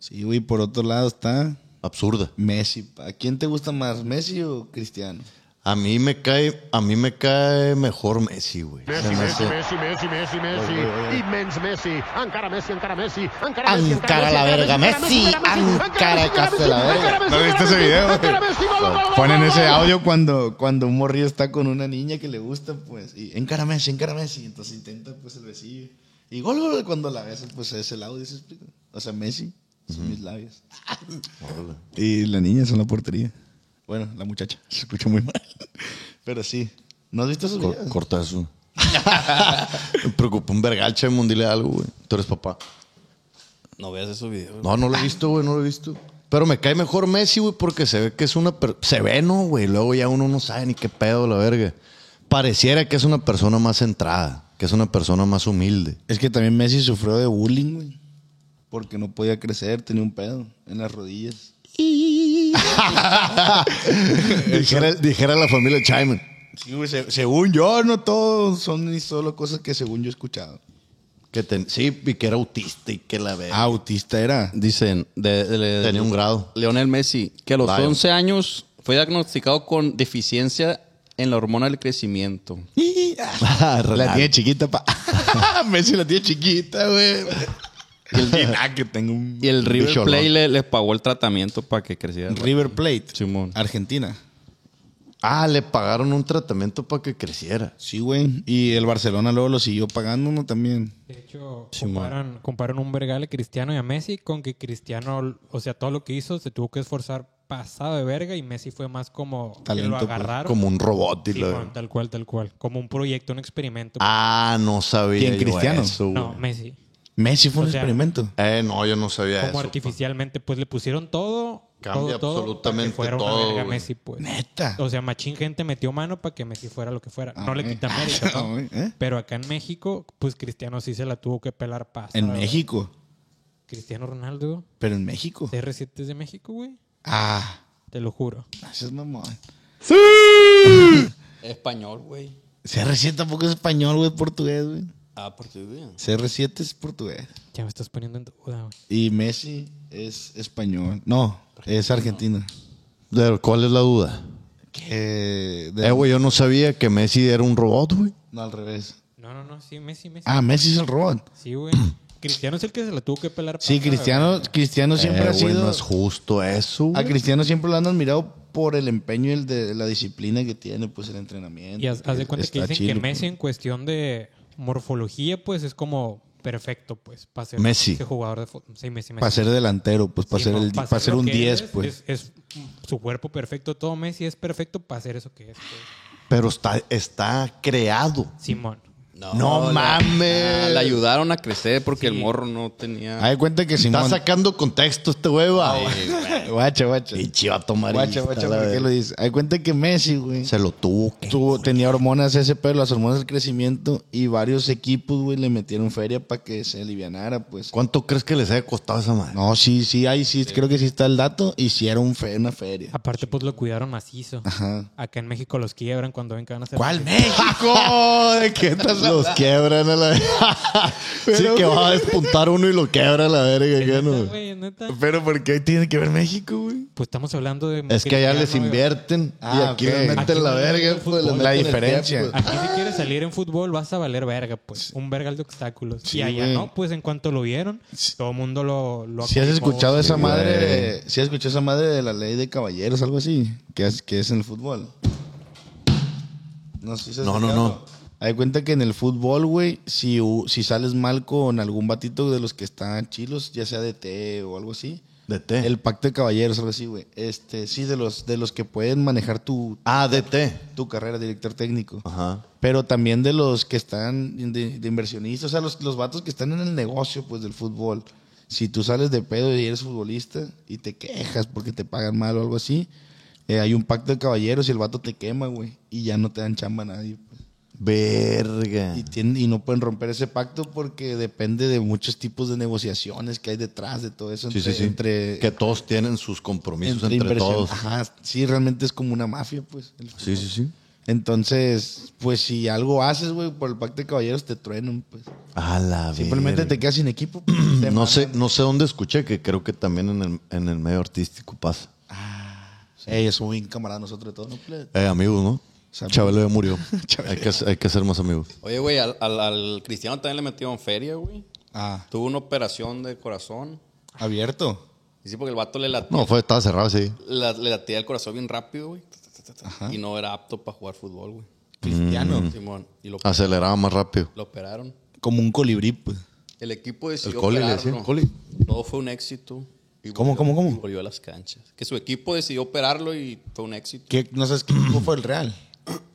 B: Sí, güey, por otro lado está
A: Absurda.
B: Messi. pa. ¿A quién te gusta más, Messi o Cristiano?
A: A mí me cae, a mí me cae mejor Messi, güey. Se me hace-
C: Messi, Messi, Messi, Immens Messi, Ankara Messi, Ankara Messi, Ankara
A: Ankara la verga, Messi, Ankara eh. casa la verga.
B: ¿No viste ese video, güey? Ponen ese audio cuando, cuando un morrillo está con una niña que le gusta, pues, y encara Messi, encara Messi, entonces intenta, pues, el besillo. Y gol, gol, cuando la besas, pues, es el audio, ¿se explica? O sea, Messi, son mis labios. y la niña son la portería. Bueno, la muchacha, se escucha muy mal. Pero sí, ¿no has visto esos
A: Cor-
B: videos?
A: Cortazo. me preocupó un vergacha de dile algo, güey. Tú eres papá.
D: No veas esos videos.
A: No, no lo he visto, güey, no lo he visto. Pero me cae mejor Messi, güey, porque se ve que es una... per- Se ve, ¿no, güey? Luego ya uno no sabe ni qué pedo, la verga. Pareciera que es una persona más centrada, que es una persona más humilde.
B: Es que también Messi sufrió de bullying, güey. Porque no podía crecer, tenía un pedo en las rodillas.
A: dijera, dijera la familia Chaiman.
B: Sí, güey, se- según yo, no todos son ni solo cosas que según yo he escuchado.
A: Que ten- sí, y que era autista y que la verga.
B: Ah, autista era.
D: Dicen, de, de- de-
A: Tenía un grado.
D: Leonel Messi, que a los
A: Lion.
D: 11 años fue diagnosticado con deficiencia en la hormona del crecimiento.
B: La
A: Ronaldo.
B: tiene chiquita, pa. Messi la tiene chiquita, güey. Y el
A: ah,
B: Diná, que tengo un.
D: Y el River
A: Bicholón.
D: Plate le, le pagó el tratamiento para que creciera.
B: River Plate.
D: Simón.
B: Argentina.
A: Ah, le pagaron un tratamiento para que creciera.
B: Sí, güey. Y el Barcelona luego lo siguió pagando, ¿no? También.
E: De hecho,
D: Simón.
E: comparan, comparan un vergal a Cristiano y a Messi con que Cristiano, o sea, todo lo que hizo se tuvo que esforzar pasado de verga y Messi fue más como que
B: Talento,
E: lo
B: pues,
E: agarraron.
A: Como un robot. Y
E: Sí,
A: la-
E: Juan, tal cual, tal cual. Como un proyecto, un experimento.
A: Ah, no sabía.
B: ¿Quién,
A: yo
B: Cristiano?
A: eso, güey.
E: no, Messi.
B: Messi fue un
E: O sea,
B: experimento.
A: Eh, no, yo no sabía
E: Como
A: eso.
E: artificialmente, pues le pusieron todo.
A: Cambia
E: todo, todo,
A: absolutamente
E: para que fuera
A: todo,
E: Una verga
A: güey.
E: Messi, pues.
B: Neta.
E: O sea, machín gente metió mano para que Messi fuera lo que fuera.
B: Ah,
E: no le
B: eh.
E: quita mérito.
B: Ah,
E: ¿no?
B: eh, eh.
E: Pero acá en México, pues Cristiano sí se la tuvo que pelar pasta.
B: En
E: ¿verdad?
B: México.
E: Cristiano Ronaldo,
B: Pero en México.
E: CR7 es de México, güey.
B: Ah.
E: Te lo juro.
B: Gracias, mamón.
D: Español, güey.
B: CR7 tampoco es español, güey, es portugués, güey.
D: Ah, por tu
B: CR7 es portugués.
E: Ya me estás poniendo en duda, güey.
B: Y Messi es español. No, es argentino.
A: Pero, ¿Cuál es la duda?
B: Eh, de-
A: Eh, güey, yo no sabía que Messi era un robot, güey.
B: No, al revés.
E: No, no, no, sí, Messi, Messi.
B: Ah, Messi es el robot.
E: Sí, güey. Cristiano es el que se la tuvo que pelar.
B: Sí,
E: pasa,
B: Cristiano, Cristiano siempre
A: Eh,
B: ha
A: güey,
B: sido.
A: no es justo eso.
B: A
A: güey.
B: Cristiano siempre lo han admirado por el empeño y el de la disciplina que tiene, pues el entrenamiento.
E: Y haz, haz de cuenta que
B: Está
E: dicen
B: chilo,
E: que Messi en cuestión de morfología, pues es como perfecto, pues, para ser
A: Messi.
E: ese jugador de fútbol. Sí, Messi, Messi.
B: Para ser delantero, pues para
E: Sí,
B: ser,
E: no,
B: el,
E: pa'
B: para ser
E: lo
B: un
E: que
B: 10,
E: es,
B: pues.
E: Es, es su cuerpo perfecto, todo Messi es perfecto para hacer eso que es, pues.
A: Pero está, está creado.
E: Simón.
D: No,
A: No mames.
D: ah, le ayudaron a crecer porque el morro no tenía.
B: Haz de cuenta que
A: Está
B: Simón.
A: sacando contexto este hueva.
B: Guacha, guacha.
A: Pinche va a tomar
B: Guacha, guacha, ¿por qué lo dices? Haz de cuenta que Messi, güey.
A: Se lo tuvo que.
B: tuvo- tenía hormonas ese pedo, las hormonas del crecimiento y varios equipos, güey, le metieron feria para que se alivianara, pues.
A: ¿Cuánto crees que les haya costado esa madre?
B: No, sí, sí, ahí sí, creo que sí está el dato. Hicieron fe, una feria.
E: Aparte, pues lo cuidaron macizo. Acá en México los quiebran cuando ven que van a hacer.
A: México? ¿De qué estás Los quiebran a la Sí, que va a despuntar uno y lo quiebra a la verga. ¿qué
E: Neta,
A: no?
E: güey, neta.
B: Pero ¿por qué tiene que ver México, güey?
E: Pues estamos hablando de.
A: Es que allá
E: Cristiano,
A: les
E: güey.
A: invierten y
B: Ah,
A: aquí
B: ok.
A: les
E: Aquí
A: meten la
E: no
A: verga. pues,
E: hay
A: les
E: fútbol.
B: La
A: meten el
B: diferencia.
A: tiempo.
E: Aquí si quieres salir en fútbol vas a valer verga, pues. Un vergal de obstáculos. y allá
B: güey.
E: no, pues en cuanto lo vieron, todo el mundo lo, lo
B: Si has
E: acogimos.
B: escuchado esa
A: güey.
B: madre, si has escuchado esa madre de la ley de caballeros, algo así, que es, que es en el fútbol. No, sé si has
A: No, no,
B: escuchado.
A: no.
B: Hay cuenta que en el fútbol, güey, si, u- si sales mal con algún batito de los que están chilos, ya sea de té o algo así,
A: DT.
B: el pacto de caballeros, algo así, güey. Este, sí, de los, de los que pueden manejar tu,
A: Ah, DT.
B: tu carrera, director técnico.
A: Ajá.
B: Pero también de los que están de, de inversionistas, o sea, los, los vatos que están en el negocio pues del fútbol. Si tú sales de pedo y eres futbolista y te quejas porque te pagan mal o algo así, eh, hay un pacto de caballeros y el vato te quema, güey, y ya no te dan chamba a nadie. pues.
A: Verga.
B: Y, tienen- y no pueden romper ese pacto porque depende de muchos tipos de negociaciones que hay detrás de todo eso.
A: Sí,
B: Entre,
A: sí, sí.
B: Entre,
A: que todos tienen sus compromisos entre,
B: inversión-
A: todos.
B: Ajá, sí, realmente es como una mafia, pues. el
A: Sí, sí, sí.
B: entonces, pues si algo haces, güey, por el pacto de caballeros te truenan, pues.
A: A la
B: Simplemente
A: verga.
B: te quedas sin equipo. pues, te
A: No
B: mandan.
A: sé, no sé dónde escuché que creo que también en el, en el medio artístico pasa.
B: Ey, es un camarada nosotros de todos, ¿no? plebe?
A: Eh, amigos, ¿no?
B: Sabe.
A: Chabelo ya murió. hay, que, hay que ser más amigos.
D: Oye, güey, al, al- al Cristiano también le metieron feria, güey.
B: Ah,
D: Tuvo una operación de corazón.
B: abierto.
D: Y sí, porque el vato le latía,
A: No, fue, estaba cerrado, sí.
D: la- le latía el corazón bien rápido, güey.
B: Ah.
D: Y no era apto para jugar fútbol, güey.
B: Cristiano.
D: Simón. Y lo,
A: Aceleraba más rápido.
D: lo operaron.
B: Como un colibrí, pues.
D: El equipo decidió
A: El Coli le
D: operarlo.
A: decían, Coli.
D: Todo fue un éxito. Y
B: ¿Cómo,
D: volvió-
B: cómo, cómo?
D: y Volvió a las canchas. Que su equipo decidió operarlo y fue un éxito.
B: ¿Qué? No sabes qué equipo fue el Real.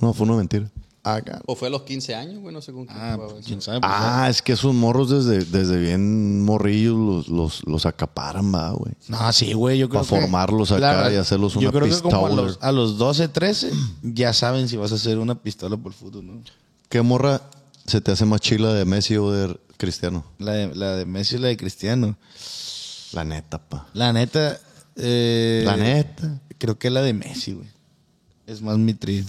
A: No, fue una mentira. Acá.
D: O fue a los 15 años, güey, no sé con quién
B: Ah,
D: jugaba
B: pues,
D: eso.
B: quién sabe. pues,
A: Ah, es que esos morros desde, desde bien morrillos los, los, los acaparan, va, güey.
B: No, sí, güey, yo creo
A: Pa'
B: que...
A: formarlos acá y hacerlos
B: Yo
A: una
B: creo que como a
A: pistola.
B: los, a los 12, 13, ya saben si vas a hacer una pistola por fútbol, ¿no?
A: ¿Qué morra se te hace más chila de Messi o de Cristiano?
B: La de, la de Messi y la de Cristiano.
A: La neta, pa.
B: La neta. eh,
A: La neta.
B: Creo que la de Messi, güey. Es más mi trip.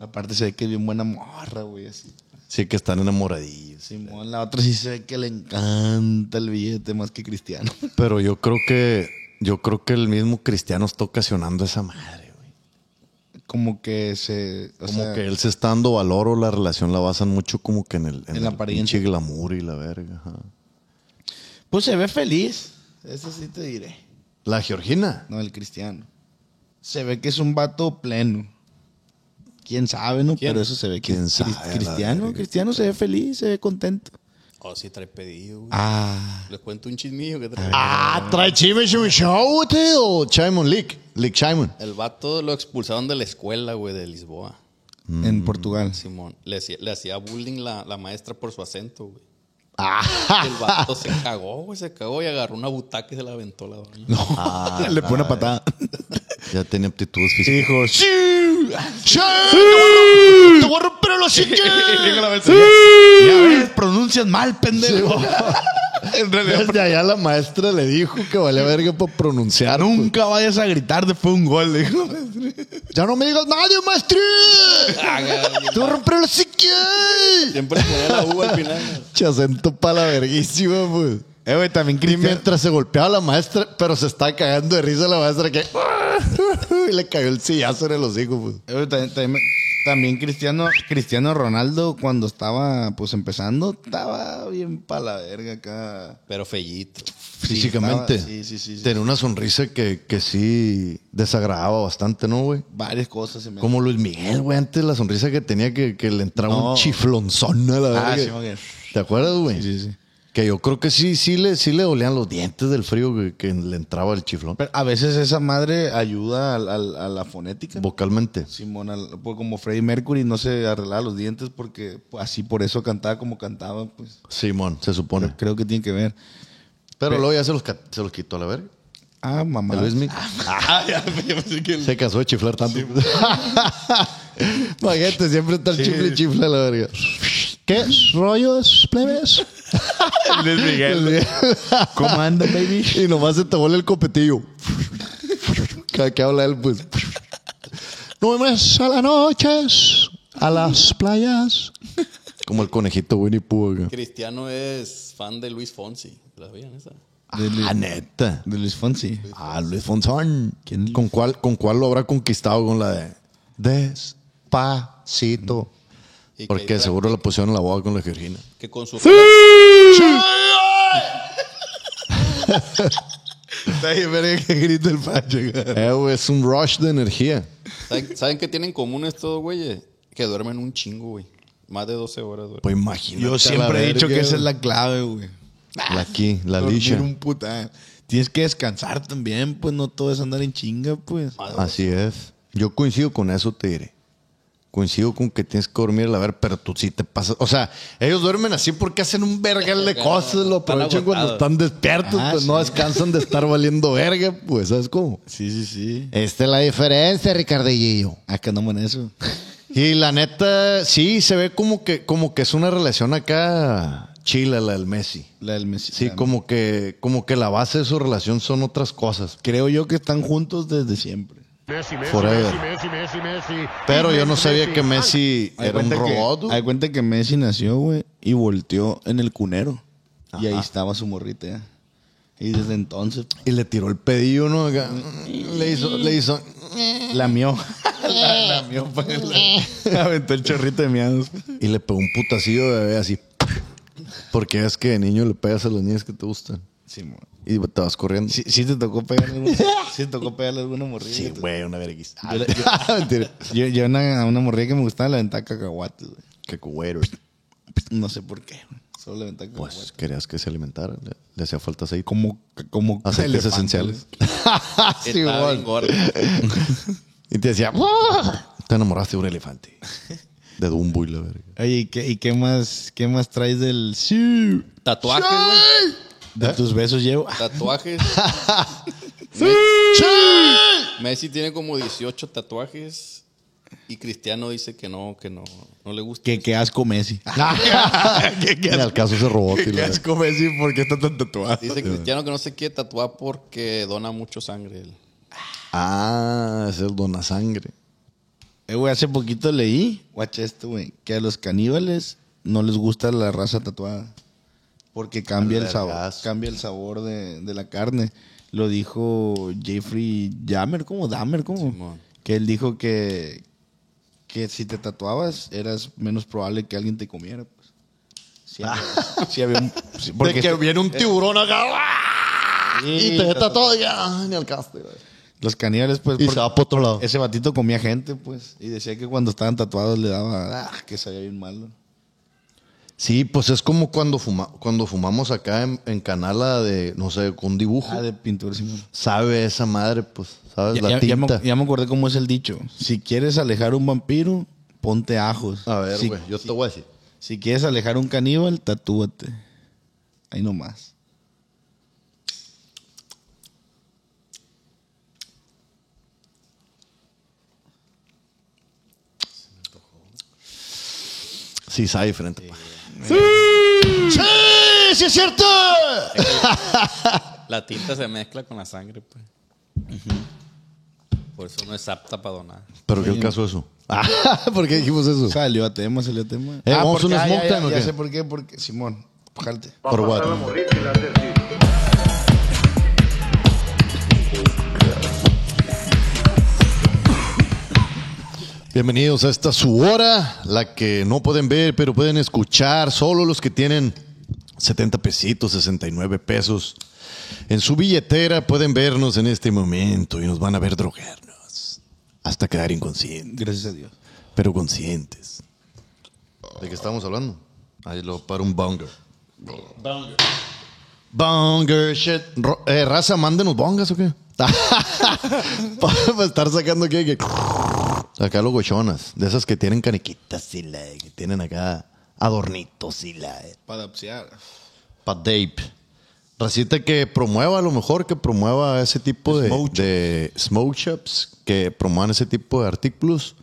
B: Aparte se ve que es bien buena morra, güey, así.
A: Sí, que están enamoradillos.
B: Simón, la otra sí se ve que le encanta el billete más que Cristiano.
A: Pero yo creo que yo creo que el mismo Cristiano está ocasionando esa madre, güey.
B: Como que se... o
A: Como
B: sea,
A: que él se está dando valor o la relación la basan mucho como que en el en
B: En la
A: el
B: apariencia.
A: pinche glamour y la verga. ajá.
B: Pues se ve feliz. Eso sí te diré.
A: La Georgina.
B: No, el Cristiano. Se ve que es un vato pleno. Quién sabe, ¿no? Pero eso se ve que
A: ¿Quién
B: Cris-
A: sabe, a la
B: Cristiano,
A: verga?
B: Cristiano se ve feliz, se ve contento.
D: Oh, sí, trae pedido, güey.
B: Ah.
D: Les cuento un chismillo que trae.
A: Ah, trae Chime Chime Show, tío. Chimon Leak. Leak Chimon.
D: El vato lo expulsaron de la escuela, güey, de Lisboa.
A: mm.
B: En Portugal.
D: Simón. Le hacía, le hacía bullying la, la maestra por su acento, güey.
A: Ah,
D: El vato se cagó, güey, se cagó y agarró una butaca y se la aventó la doña.
B: Le pone una patada.
A: ya tiene aptitudes físicas.
B: Dijo, sí.
A: ¡Sí! ¡Te voy a romper el hocico!
B: Ya ves, pronuncias mal, pendejo. en realidad,
A: Desde allá la maestra le dijo que valía verga por pronunciar. pues.
B: nunca vayas a gritar después de un gol, le dijo.
A: Ya no me digas nadie, maestro. Te voy a romper el hocico.
D: Siempre le ponía la uva al final.
A: Che acento para la verguísima, pues.
B: Eh, güey, también
A: Y
B: Cristiano.
A: mientras se golpeaba la maestra, pero se estaba cagando de risa la maestra que. güey, le cayó el sillazo en el hocico, pues.
B: Eh, güey, También, también- también Cristiano, Cristiano Ronaldo, cuando estaba pues empezando, estaba bien pa' la verga acá.
D: Pero fellito.
A: Físicamente.
B: estaba- sí, sí, sí, sí.
A: Tenía una sonrisa que, que sí desagradaba bastante, ¿no, güey?
B: Varias cosas se me
A: Como Luis Miguel, güey. Antes la sonrisa que tenía que, que le entraba
B: No.
A: un chiflonzón a la verga.
B: Ah, sí, me acuerdo.
A: ¿Te acuerdas, güey?
B: Sí, sí, sí.
A: Que yo creo que sí, sí le, sí le dolían los dientes del frío que, que le entraba el chiflón.
B: Pero a veces esa madre ayuda al- al- a, la fonética.
A: vocalmente.
B: Simón, al- pues, como Freddie Mercury no se arreglaba los dientes porque pues, así por eso cantaba como cantaba, pues
A: Simón, se supone.
B: creo que tiene que ver.
A: Pero luego ya se los, ca- se los quitó a la verga.
B: Ah, mamá.
A: El Luis Miguel.
B: Ah,
A: Se casó de chiflar tanto. Imagínate, siempre está el chifle y chifle a la verga. ¿Qué rollos, plebes?
B: Luis ¿Cómo anda, baby?
A: Y nomás se te vuelve el copetillo. Cada que habla él, pues. Nuevas a las noches, a las playas. Como el conejito Winnie Pooh. acá.
D: Cristiano es fan de Luis Fonsi. ¿La veían esa?
A: Ah, neta.
B: De Luis Fonsi.
A: Ah, Luis Fonsón. ¿Con cuál, ¿Con cuál lo habrá conquistado? Con la de Despacito.
D: Y que,
A: Porque seguro la pusieron en la boca con la georgina.
D: que con su
B: Está bien, verga, que grita el Pacho.
A: Eh, güey, es un rush de energía.
D: ¿Saben, ¿saben qué tienen en común estos güeyes? Que duermen un chingo, güey. Más de 12 horas duermen.
A: Pues imagínate.
B: Yo
A: a
B: siempre
A: la
B: he dicho que
A: verga,
B: esa es la clave, güey.
A: La aquí, la
B: Dormir
A: licha.
B: un puta- eh. Tienes que descansar también, pues no todo es andar en chinga, pues.
A: Así es. Yo coincido con eso, te diré. Coincido con que tienes que dormir la ver, pero tú sí te pasas. O sea, ellos duermen así porque hacen un vergal de cosas, lo
D: Están
A: aprovechan cuando
D: agotados.
A: están despiertos,
B: Ah,
A: pues
B: sí.
A: no descansan de estar valiendo verga, pues, ¿sabes cómo?
B: Sí, sí, sí.
A: Esta es la diferencia, Ricardillo.
B: Acá no en eso.
A: Y la neta, sí, se ve como que, como que es una relación acá chila la del Messi.
B: La del Messi.
A: Sí,
B: la-
A: como que, como que la base de su relación son otras cosas.
B: Creo yo que están juntos desde siempre.
C: Messi, Messi,
A: Forever.
C: Messi, Messi, Messi, Messi.
A: Pero yo
C: Messi,
A: no sabía
C: Messi.
A: que Messi
B: Haz de
A: era un
B: cuenta que-
A: robot. güey.
B: haz de cuenta que Messi nació, güey, y volteó en el cunero. Y ahí estaba su morrita, ya. Y desde entonces,
A: Y le tiró el pedillo, ¿no? Acá. Le hizo, le hizo.
B: lamió. la, lamió, pues. la- aventó el chorrito de miados.
A: Y le pegó un putacillo de bebé así. Porque es que de niño le pegas a las niñas que te gustan.
B: Sí, mo-
A: Y te vas corriendo.
B: sí, sí te tocó pegarle alguna, sí te tocó pegarle alguna morrilla.
A: Sí, güey, una verguisa.
B: Yo, le- yo-
A: Mentira.
B: yo- yo una, a una morrilla que me gustaba le aventaba cacahuates, güey.
A: Qué güero.
B: No sé por qué, güey. Solo le aventaba cacahuates.
A: Pues querías que se alimentara. Le, le hacía falta aceite.
B: como, como
A: Aceites
B: elefantes.
A: esenciales.
D: Está bien gordo.
A: Y te decía, "¡Ah!". te enamoraste de un elefante. De Dumbo y la verga.
B: Oye, ¿y qué, y qué más, qué más traes del sí?
D: Tatuajes, güey.
B: De tus besos llevo. Ah,
D: Tatuajes. Messi tiene como 18 tatuajes. Y Cristiano dice que no, que no, no le gusta.
B: Que, que asco Messi.
A: ¿Qué, al caso ese robot. Ah, y la verga.
B: Messi, ¿por qué está tan tatuado?
D: Dice Cristiano que no se quiere tatuar porque dona mucho sangre él.
A: Ah, es el dona sangre.
B: Eh, güey, hace poquito leí, watch esto, güey, que a los caníbales no les gusta la raza tatuada. Porque cambia el sabor,
A: Vergazo.
B: cambia el sabor de, de la carne. Lo dijo Jeffrey Dahmer, ¿cómo? Dahmer, ¿cómo?
D: Simón.
B: Que él dijo que, que si te tatuabas eras menos probable que alguien te comiera. Pues. Sí, había- sí había un- sí, porque
A: Ah. de que
B: este-
A: viene un tiburón acá ¡ah!
B: Sí,
A: y te
B: tatuado.
A: está todo ya ni al caste. güey.
B: los caníbales, pues...
A: Y
B: porque-
A: se va para otro lado.
B: Ese batito comía gente, pues. Y decía que cuando estaban tatuados le daba. Ah, que sabía bien malo.
A: Sí, pues es como cuando, fuma, cuando fumamos acá en, en Canala de, no sé, con un dibujo.
B: Ah, de pintura, Simón.
A: Sabe esa madre, pues, ¿sabes?
B: Ya,
A: la
B: ya- ya me,
A: tinta.
B: ya me acordé cómo es el dicho. Si quieres alejar un vampiro, ponte ajos.
A: A ver,
B: Si-
A: güey, yo te voy a decir.
B: Si quieres alejar un caníbal, tatúate. Ahí nomás.
A: Sí, sabe diferente. pa. ¡Sí! ¡Sí! ¡Sí es cierto!
B: Eh,
D: La tinta se mezcla con la sangre, pues. Por eso no es apta para donar.
A: ¿Pero qué el caso eso? Ah, ¿Por qué dijimos eso?
B: Salió a tema, salió a tema. Ah,
A: Eh, ¿vamos a
B: porque-
A: un smoke
B: ya,
A: time o
B: ya
A: qué?
B: sé por qué, porque. Simón, jálate.
A: Por what? Bienvenidos a esta su hora, la que no pueden ver, pero pueden escuchar. Solo los que tienen 70 pesitos, 69 pesos en su billetera pueden vernos en este momento y nos van a ver drogarnos hasta quedar inconscientes.
B: Gracias a Dios.
A: Pero conscientes. ¿De qué estamos hablando? Ahí lo para un bonger. Bonger shit. Ro- eh, raza, mándenos bongas o qué? Para estar sacando aquí. que- Acá los gochonas. De esas que tienen caniquitas y la. Que tienen acá adornitos y la.
B: Para adapsear.
A: Para Dave. Racita que promueva, a lo mejor que promueva ese tipo de
B: Smoke
A: de smoke shops, que promuevan ese tipo de artículos.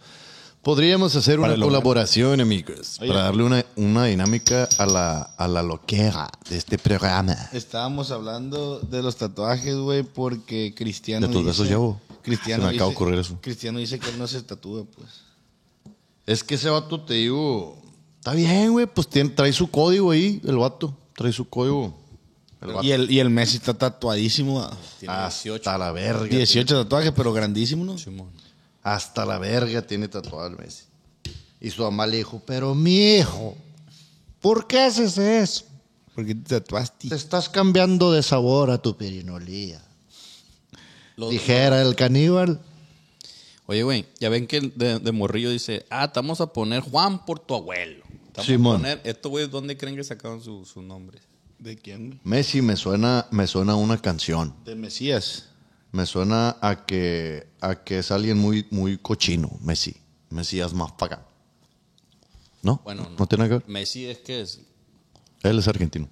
A: Podríamos hacer
B: Para
A: una
B: el hogar.
A: colaboración, amigos,
B: Oye.
A: para darle una, una dinámica a la, a la loquera de este programa.
B: Estábamos hablando de los tatuajes, güey, porque Cristiano.
A: De tus besos llevo.
B: Cristiano
A: Se me acaba de
B: dice-
A: ocurrir eso.
B: Cristiano dice que él no se tatúa, pues.
A: Es que ese vato, te digo, está bien, güey, pues tiene- trae su código ahí, el vato, trae su código. El vato.
B: Y el, y el Messi está tatuadísimo. ah.
A: Hasta la verga.
B: 18 tatuajes, pero grandísimo, ¿no?
A: Hasta la verga tiene tatuado el Messi. Y su mamá le dijo, pero mi hijo, ¿por qué haces eso?
B: Porque te tatuaste.
A: Te estás cambiando de sabor a tu pirinolía.
D: Los-
A: Dijera el caníbal.
D: Oye, güey, ya ven que el de, de morrillo dice, ah, te vamos a poner Juan por tu abuelo. Te vamos
A: Simón.
D: a poner, estos güeyes, ¿dónde creen que sacaron su- sus nombres?
B: ¿De quién?
A: Messi me suena, me suena una canción.
B: De Mesías.
A: Me suena a que, a que es alguien muy, muy cochino, Messi. Messi es más para acá. ¿No?
D: Bueno,
A: no.
D: no.
A: tiene nada que ver.
D: Messi es que es,
A: Él es argentino.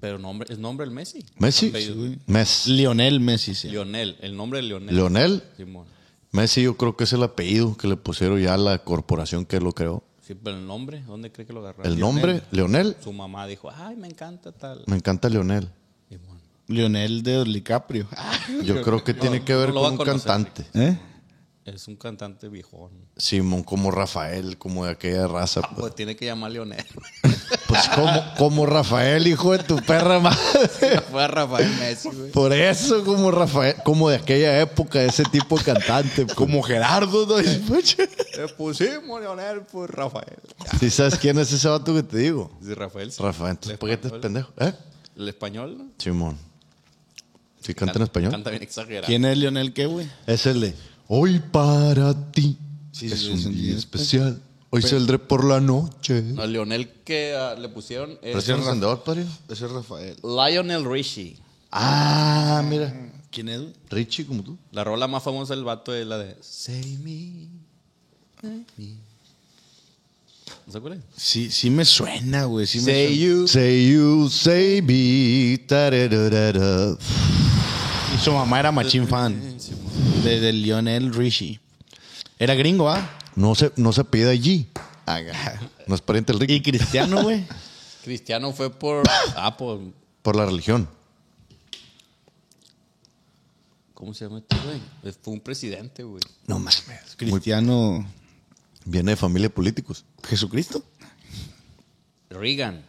D: pero nombre, es nombre el Messi.
A: Messi.
D: Apellido.
A: Messi.
B: Lionel Messi, sí.
D: Lionel, el nombre de Lionel.
A: Leonel.
D: Simón.
A: Messi yo creo que es el apellido que le pusieron ya a la corporación que lo creó.
D: Sí, pero el nombre, ¿dónde cree que lo agarraron?
A: El
D: Lionel.
A: nombre, Leonel.
D: Su mamá dijo, ay, me encanta tal.
A: Me encanta Leonel.
D: Simón.
B: Lionel de DiCaprio.
A: Yo creo que tiene que ver
D: no lo va
A: con un
D: a conocer,
A: cantante.
B: ¿Eh?
D: Es un cantante viejón.
A: Simón, como Rafael, como de aquella raza.
D: Ah,
A: Pues,
D: pues tiene que llamar Lionel.
A: Pues como, como Rafael, hijo de tu perra madre.
D: Fue a Rafael Messi, güey.
A: Por eso, como Rafael, como de aquella época, ese tipo de cantante. pues. Como Gerardo, ¿no?
D: Le pusimos Lionel por Rafael.
A: Si sabes quién es ese vato que te digo.
D: Sí, Rafael. sí.
A: Rafael, entonces, ¿por qué te pendejo? ¿Eh?
D: El español, ¿no?
A: Simón. ¿Sí canta en español?
D: Canta bien exagerado.
B: ¿Quién es Lionel qué, güey?
A: Es el de Hoy para ti
B: Sí,
A: es
B: sí,
A: un
B: sí, sí.
A: día especial. Hoy
B: Pues,
A: saldré por la noche.
D: No, Lionel que ah, le pusieron es
A: ¿Pero un encendedor, padre?
B: Ese es Rafael.
D: Lionel Richie.
A: Ah, mira.
B: Mm, ¿Quién es, güey?
A: Richie, como tú.
D: La rola más famosa del vato es la de Save me. save me". ¿No se acuerdan?
B: Sí, sí me suena, güey. Sí me
D: Say you.
A: Say you, say me. tararara.
B: suena. Y su mamá era machín fan. De, de Lionel Richie. Era gringo, ¿ah?
A: No se, no se pide allí. No es pariente el
B: Y
A: Ricky.
B: cristiano, güey.
D: Cristiano fue por. Ah, por.
A: Por la religión.
D: ¿Cómo se llama este güey? Fue un presidente, güey.
A: No mames.
B: Cristiano
A: Viene de familia de políticos.
B: Jesucristo.
D: Reagan.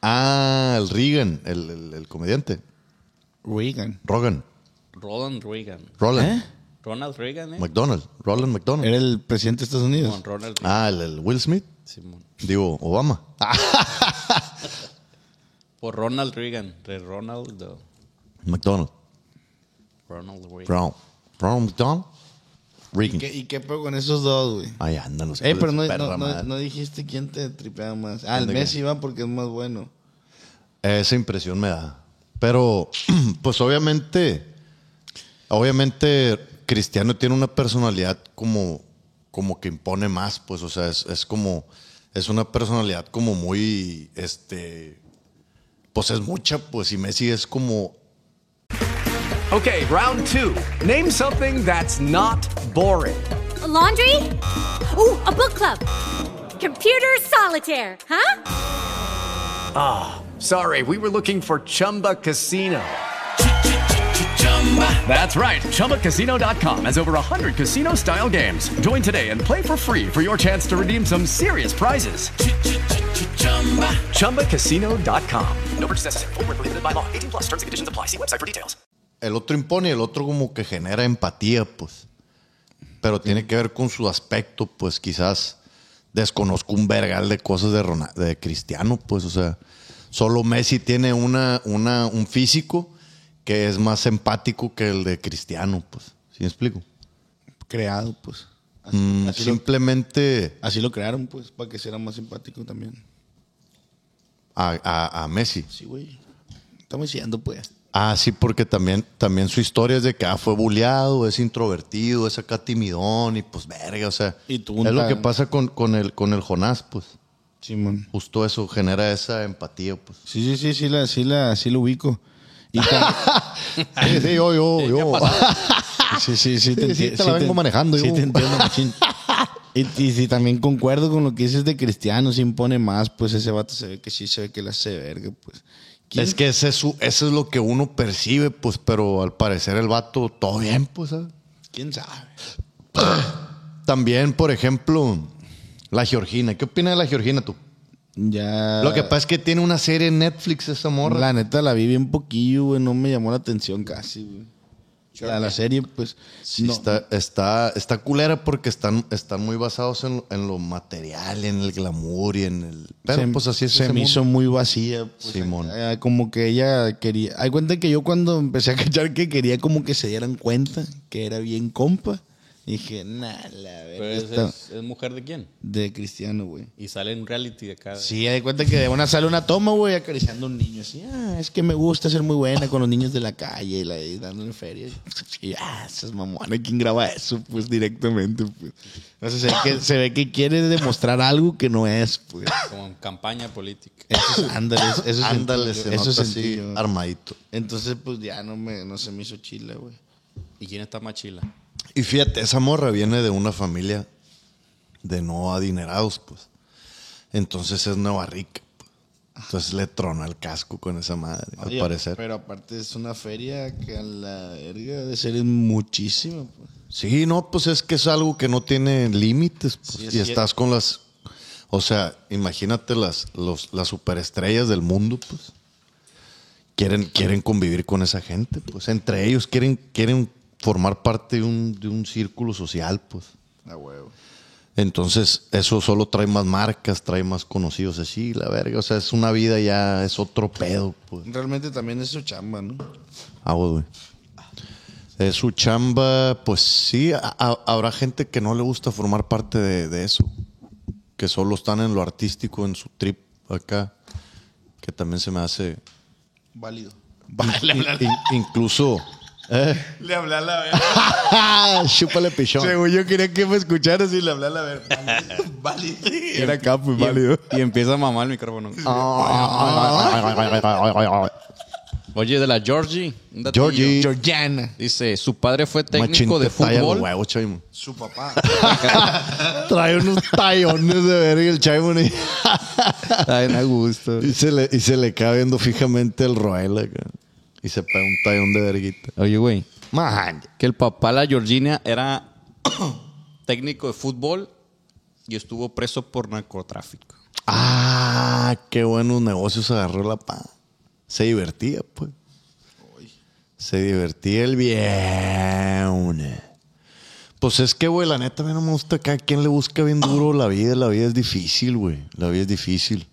A: Ah, el Reagan, el, el- el comediante.
B: Reagan.
A: Rogan.
D: Ronald Reagan.
A: Roland.
D: Ronald Reagan, ¿eh?
A: McDonald. Roland McDonald.
B: Era el presidente de Estados Unidos.
D: Con Ronald Reagan.
A: Ah, el, el Will Smith.
D: Simón.
A: Digo, Obama.
B: Ah.
D: Por Ronald Reagan. De Ronald. de
A: McDonald.
D: Ronald Reagan.
A: Brown. Brown McDonald. Reagan.
B: ¿Qué- ¿Y qué pedo con esos dos, güey?
A: Ahí andan los
B: Eh,
A: hijos
B: pero
A: de
B: no,
A: su perra
B: no- no-
A: madre.
B: no dijiste quién te tripeaba más. Ah, el
A: ¿De qué?
B: Messi va porque es más bueno.
A: Esa impresión me da. Pero, pues obviamente, obviamente Cristiano tiene una personalidad como, como que impone más, pues, o sea, es, es como, es una personalidad como muy, este, pues es mucha, pues, y Messi es como
G: Okay, round two. Name something that's not boring.
H: laundry? Ooh, a book club. Computer solitaire, huh?
G: Sorry, we were looking for Chumba Casino. That's right. ChumbaCasino.com has over 100 casino-style games. Join today and play for free for your chance to redeem some serious prizes. ChumbaCasino.com. No purchase necessary. Void where prohibited by law. 18 plus. Terms and conditions apply. See website for details.
A: el otro impone, el otro como que genera empatía, pues. pero tiene que ver con su aspecto, pues quizás desconozco un vergal de cosas de, Rona- de Cristiano, pues, o sea, solo Messi tiene una, una, un físico que es más empático que el de Cristiano, pues, ¿sí me explico?
B: Creado, pues.
A: Mm,
B: así lo-
A: simplemente
B: Así lo crearon, pues, para que sea más simpático también.
A: a, a- a Messi.
B: Sí, güey. Estamos diciendo, pues.
A: Ah, sí, porque también, también su historia es de que ah, fue buleado, es introvertido, es acá timidón y pues verga, o sea.
B: Y tuvo un
A: es lo
B: ta-
A: que pasa con, con el, con el Jonás, pues.
B: Simón.
A: Justo eso, genera esa empatía, pues.
B: Sí, sí, sí, sí, la, sí, la, sí lo ubico. Y ta-
A: Sí, sí, yo, yo, yo.
B: sí, sí,
A: Sí,
B: sí,
A: sí,
B: enti-
A: te la vengo manejando,
B: Sí,
A: yo.
B: te entiendo, machín. Y, y sí, también concuerdo con lo que dices de Cristiano, se impone más, pues ese vato se ve que sí, se ve que la hace verga, pues. ¿Quién?
A: Es que ese es su- eso es lo que uno percibe, pues, pero al parecer el vato, todo bien, pues, ¿sabes?
B: ¿Quién sabe?
A: También, por ejemplo, la Georgina. ¿Qué opinas de la Georgina tú?
B: Ya.
A: Lo que pasa es que tiene una serie en Netflix esa morra.
B: La neta la vi bien poquillo, güey, no me llamó la atención casi, güey. La, la serie, pues.
A: Sí, está, está, está culera porque están, están muy basados en, lo- en lo material, en el glamour y en el. Pero
B: Se-
A: pues así es.
B: Se
A: ese
B: me
A: mundo.
B: hizo muy vacía. pues,
A: Simón.
B: acá, como que ella quería. Hay cuenta que yo cuando empecé a cachar que quería como que se dieran cuenta que era bien compa. Dije, nah, la
D: Pero
B: verga.
D: es,
B: esta-
D: es- es mujer de quién?
B: De cristiano, güey.
D: Y sale en reality de acá.
B: Sí, hay cuenta que de una sale una toma, güey, acariciando a un niño. Así, ah, es que me gusta ser muy buena con los niños de la calle y, la, y dándole feria. Y, ah, esas mamonas, ¿quién graba eso? Pues directamente, pues. No sé, se ve que, se ve que quiere demostrar algo que no es, pues.
D: Como en campaña política.
B: Eso es- ándale, eso es
A: Ándale, se
B: eso
A: nota
B: sentí
A: así,
B: yo.
A: armadito.
B: Entonces, pues ya no me, no se me hizo chila, güey.
D: ¿Y quién está más chila?
A: Y fíjate, esa morra viene de una familia de no adinerados, pues. Entonces es Nueva Rica. pues. Entonces le trona el casco con esa madre, al
B: Oye,
A: parecer.
B: Pero aparte es una feria que a la verga ha de ser muchísima, pues.
A: Sí, no, pues es que es algo que no tiene límites. pues,
B: Sí,
A: y
B: es cierto.
A: estás con las. O sea, imagínate las, los- las superestrellas del mundo, pues. Quieren, quieren convivir con esa gente, pues. Entre ellos quieren, quieren formar parte de un, de un círculo social, pues.
B: A huevo.
A: Entonces, eso solo trae más marcas, trae más conocidos así, la verga. O sea, es una vida ya, es otro pedo, pues.
B: Realmente también es su chamba, ¿no?
A: Aguas, güey. Eh, su chamba, pues sí, a- a- habrá gente que no le gusta formar parte de, de eso. Que solo están en lo artístico, en su trip acá. Que también se me hace.
B: Válido.
A: in- in- incluso. eh,
B: Le hablé a la verga.
A: chúpale pichón.
B: Según yo quería que me escucharas y le hablé a la verga. Válido. Era acá, pues, válido. Ah.
D: Y empieza a mamar el micrófono. Oye, de la Georgie. un datillo.
A: Georgie.
B: Georgiana.
D: Dice, su padre fue
A: Machín,
D: técnico de
A: te talla los
D: fútbol.
A: huevos, Chaimo.
B: Su papá.
A: Trae unos tallones de verga el Chaimo. Y,
B: Ay, a gusto.
A: y se le, y se le cae viendo fijamente el Roel acá. Y se pega un tallón de verguita.
D: Oye, güey.
A: Man.
D: Que el papá, la Georgina, era técnico de fútbol y estuvo preso por narcotráfico.
A: Ah, qué buenos negocios agarró la pa. Se divertía, pues. Se divertía el bien. Pues es que, güey, la neta, a mí no me gusta acá. ¿Quién le busca bien duro la vida? La vida es difícil, güey. La vida es difícil.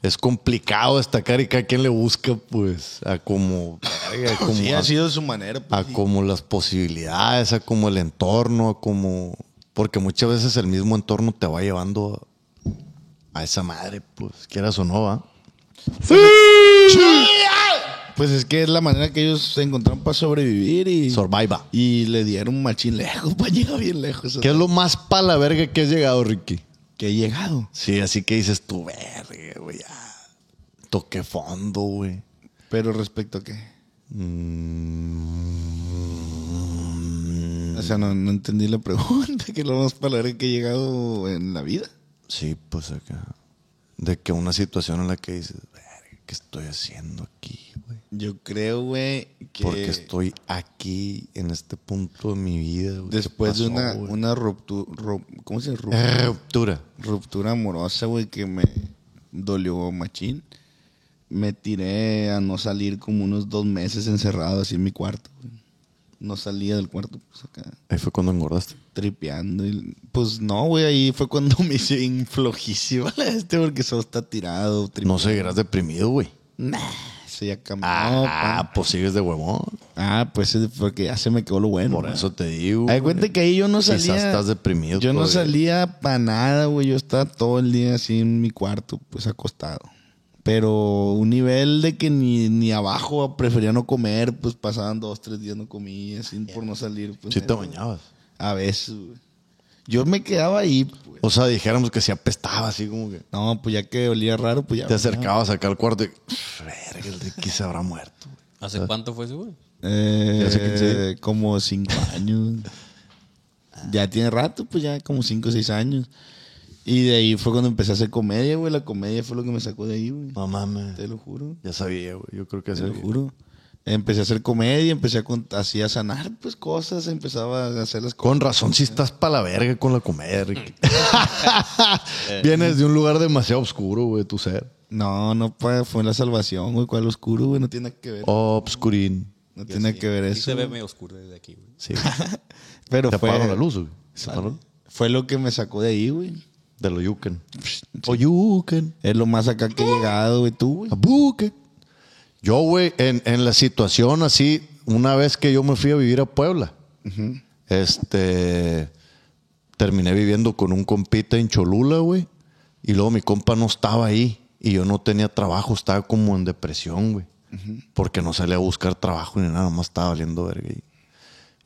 A: Es complicado destacar y cada quien le busca, pues, a como, verga, a como,
B: Sí,
A: a-
B: ha sido su manera.
A: a
B: Pues, sí.
A: como las posibilidades, a como el entorno, a como... Porque muchas veces el mismo entorno te va llevando a esa madre, pues, quieras o no, ¿va?
B: Pues es que es la manera que ellos se encontraron para sobrevivir y,
A: Survivor.
B: y le dieron un machín lejos, para llegar bien lejos.
A: ¿Qué es lo más pa' la verga que has llegado, Ricky?
B: Que he llegado.
A: Sí, así que dices tú, verga, güey, ya. Toqué fondo, güey.
B: Pero respecto a qué.
A: Mm,
B: O sea, no, no entendí la pregunta. Que es lo más para la verga que he llegado en la vida.
A: Sí, pues acá. De que una situación en la que dices, verga, ¿qué estoy haciendo aquí, güey?
B: Yo creo, güey, que
A: Porque estoy aquí, en este punto de mi vida, güey. ¿Qué
B: después de
A: pasó,
B: una,
A: güey?
B: una ruptura, ¿cómo se dice? Rup-
A: Eh, Ruptura.
B: ruptura amorosa, güey, que me dolió machín. Me tiré a no salir como unos dos meses encerrado así en mi cuarto. güey. no salía del cuarto. Pues acá.
A: Ahí fue cuando engordaste.
B: Tripeando. y- pues no, güey, ahí fue cuando me hice bien flojísimo la este, porque solo está tirado.
A: No seguirás deprimido, güey.
B: Nah, se ya cambió.
A: Ah,
B: pa.
A: pues sigues de huevón.
B: Ah, pues es porque ya se me quedó lo bueno.
A: Por eso te digo.
B: Hay cuenta que ahí yo no salía.
A: Quizás estás deprimido.
B: Yo no
A: todavía.
B: salía para nada, güey. Yo estaba todo el día así en mi cuarto, pues acostado. Pero un nivel de que ni, ni abajo prefería no comer, pues pasaban dos, tres días no comía, así por no salir. Pues,
A: Sí te bañabas.
B: A veces, güey. Yo me quedaba ahí. pues.
A: O sea, dijéramos que se apestaba así como que.
B: No, pues ya que olía raro, pues ya.
A: Te
B: bañaba.
A: acercabas acá al cuarto y. Verga, el Ricky se habrá muerto.
B: Ah.
D: ¿Hace cuánto fue eso, güey?
B: Eh,
A: Ya sé quién sí.
B: como cinco años. ya tiene rato, pues ya como cinco o seis años. Y de ahí fue cuando empecé a hacer comedia, güey. La comedia fue lo que me sacó de ahí, güey.
A: No mames.
B: Te lo juro.
A: Ya sabía, güey. Yo creo que
B: Te lo
A: sabía.
B: juro. Empecé a hacer comedia, empecé a cont- así a sanar, pues cosas, empezaba a hacer las cosas.
A: Con razón, si estás pa' la verga con la comedia, Ricky. Vienes de un lugar demasiado oscuro, güey, tu ser.
B: No, no pa- fue la salvación, güey. ¿Cuál oscuro, güey? No tiene que ver.
A: Oh, Obscurín.
B: no tiene que ver
D: Sí
B: eso.
D: se ve
B: güey.
D: medio oscuro desde aquí, güey.
A: Sí.
B: Pero
A: Te
B: fue,
A: apagaron la luz, güey. Se
B: Sale.
A: apagaron.
B: fue lo que me sacó de ahí, güey.
A: De lo yuken. O yuken.
B: Es lo más acá que he llegado, güey. Tú, güey.
A: A buque. Yo, güey, en, en la situación así, una vez que yo me fui a vivir a Puebla, este, terminé viviendo con un compita en Cholula, güey, y luego mi compa no estaba ahí y yo no tenía trabajo, estaba como en depresión, güey, porque no salía a buscar trabajo ni nada más, estaba valiendo verga.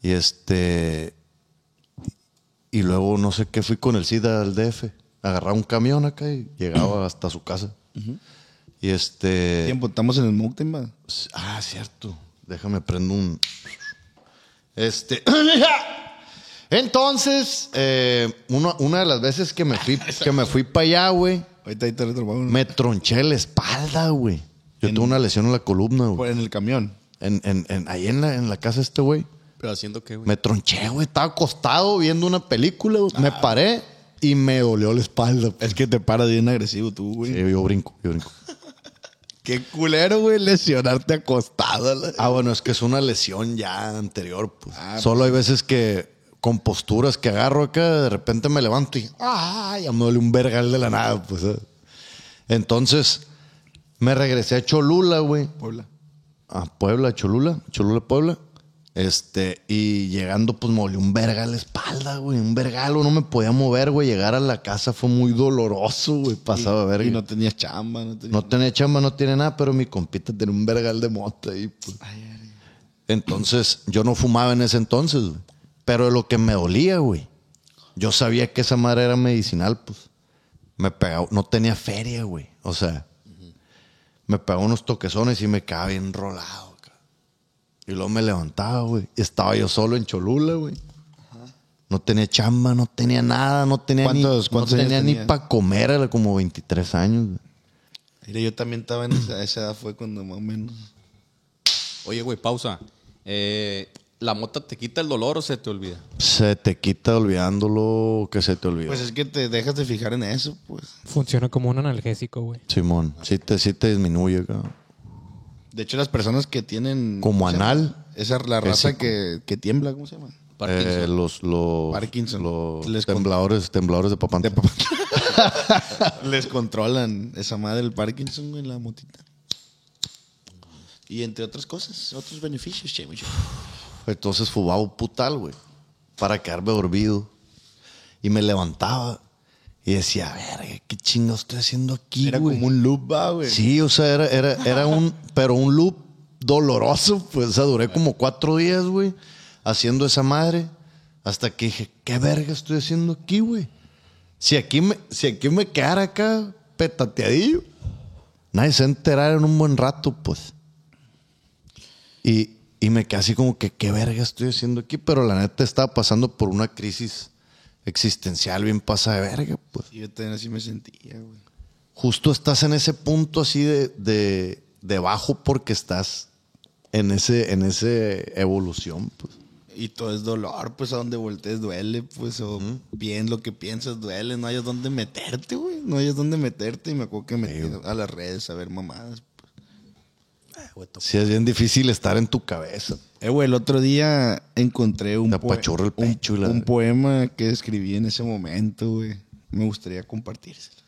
A: Y, y este, y luego no sé qué, fui con el SIDA al DF, agarraba un camión acá y llegaba hasta su casa. Y este...
B: Tiempo, estamos en el Mountain, va.
A: Ah, cierto. Déjame prendo un. Este. Entonces, eh, una, una de las veces que me fui, que me fui para allá, güey,
B: Ahorita ahí te retrobamos.
A: me tronché la espalda, güey. Yo tuve una lesión en la columna, güey.
B: En el camión.
A: En, en- en- ahí en la, en la casa este, güey.
D: Pero haciendo qué, güey.
A: Me tronché, güey. Estaba acostado viendo una película, güey. Me paré y me dolió la espalda. güey.
B: Es que te paras bien agresivo tú, güey.
A: Sí, yo brinco, yo brinco.
B: Qué culero, güey, lesionarte acostado.
A: Ah, bueno, es que es una lesión ya anterior. Pues.
B: Ah,
A: Solo hay veces que con posturas que agarro acá, de repente me levanto y ¡ah! Ya me duele un vergal de la nada. Pues. ¿sabes? Entonces, me regresé a Cholula, güey.
B: Puebla.
A: A Puebla, Cholula, Cholula, Puebla. Este, y llegando, pues me dolió un vergal la espalda, güey. Un vergalo, no me podía mover, güey. Llegar a la casa fue muy doloroso, güey. Pasaba verga.
B: Y no tenías chamba, no tenías.
A: No tenía chamba, no tiene nada, pero mi compita tiene un vergal de mota ahí. pues. Entonces, yo no fumaba en ese entonces, güey. pero lo que me dolía, güey. Yo sabía que esa madre era medicinal, pues. Me pegaba, no tenía feria, güey. O sea, me pegaba unos toquezones y me quedaba bien rolado. ca- Y luego me levantaba, güey. Y estaba yo solo en Cholula, güey. No tenía chamba, no tenía nada, no tenía
B: ¿Cuántos-
A: ni,
B: cuántos
A: no
B: años
A: tenía ni
B: tenías?
A: para comer, era como 23 años. güey.
B: Mira, yo también estaba en esa, esa edad, fue cuando más o menos.
D: Oye, güey, pausa. Eh, ¿La mota te quita el dolor o se te olvida?
B: Eh,
A: Se te quita olvidándolo que se te olvidó.
B: Pues es que te dejas de fijar en eso, pues.
E: Funciona como un analgésico, güey.
A: Simón, sí te, sí te disminuye, cabrón.
B: De hecho, las personas que tienen.
A: Como
B: ¿cómo se llama?
A: anal.
B: Esa es la raza
A: Ese-
B: que, que tiembla, ¿cómo se llama?
A: Eh, los los,
B: Parkinson.
A: los
B: Les con-
A: tembladores, tembladores de papante.
B: Les controlan esa madre, el Parkinson, güey, la motita. Y entre otras cosas, otros beneficios, che, muchacho.
A: Entonces fumaba un putal, güey, para quedarme dormido. Y me levantaba y decía, verga, ¿qué chingo estoy haciendo aquí,
B: Era
A: güey?
B: como un loop, va, güey.
A: Sí, o sea, era, era, era un, pero un loop doloroso, pues, o sea, duré como cuatro días, güey, haciendo esa madre, hasta que dije, ¿qué verga estoy haciendo aquí, güey? Si aquí me, si aquí me quedara acá petateadillo, nadie se enterara en un buen rato, pues. Y, y me quedé así como que, ¿qué verga estoy haciendo aquí? Pero la neta estaba pasando por una crisis existencial bien pasa de verga, pues
B: Y yo también así me sentía, güey.
A: justo estás en ese punto así de, de, de bajo porque estás en ese en ese evolución. Pues.
B: Y todo es dolor, pues a donde voltees duele, pues o bien lo que piensas duele, no hayas dónde meterte, güey, no hayas dónde meterte y me acuerdo que me metí a las redes a ver mamadas. pues.
A: Sí, es bien difícil estar en tu cabeza.
B: Eh, güey, el otro día encontré un, poe-
A: apachurra el
B: un-
A: pecho y la-
B: un poema que escribí en ese momento, güey. Me gustaría compartírselo.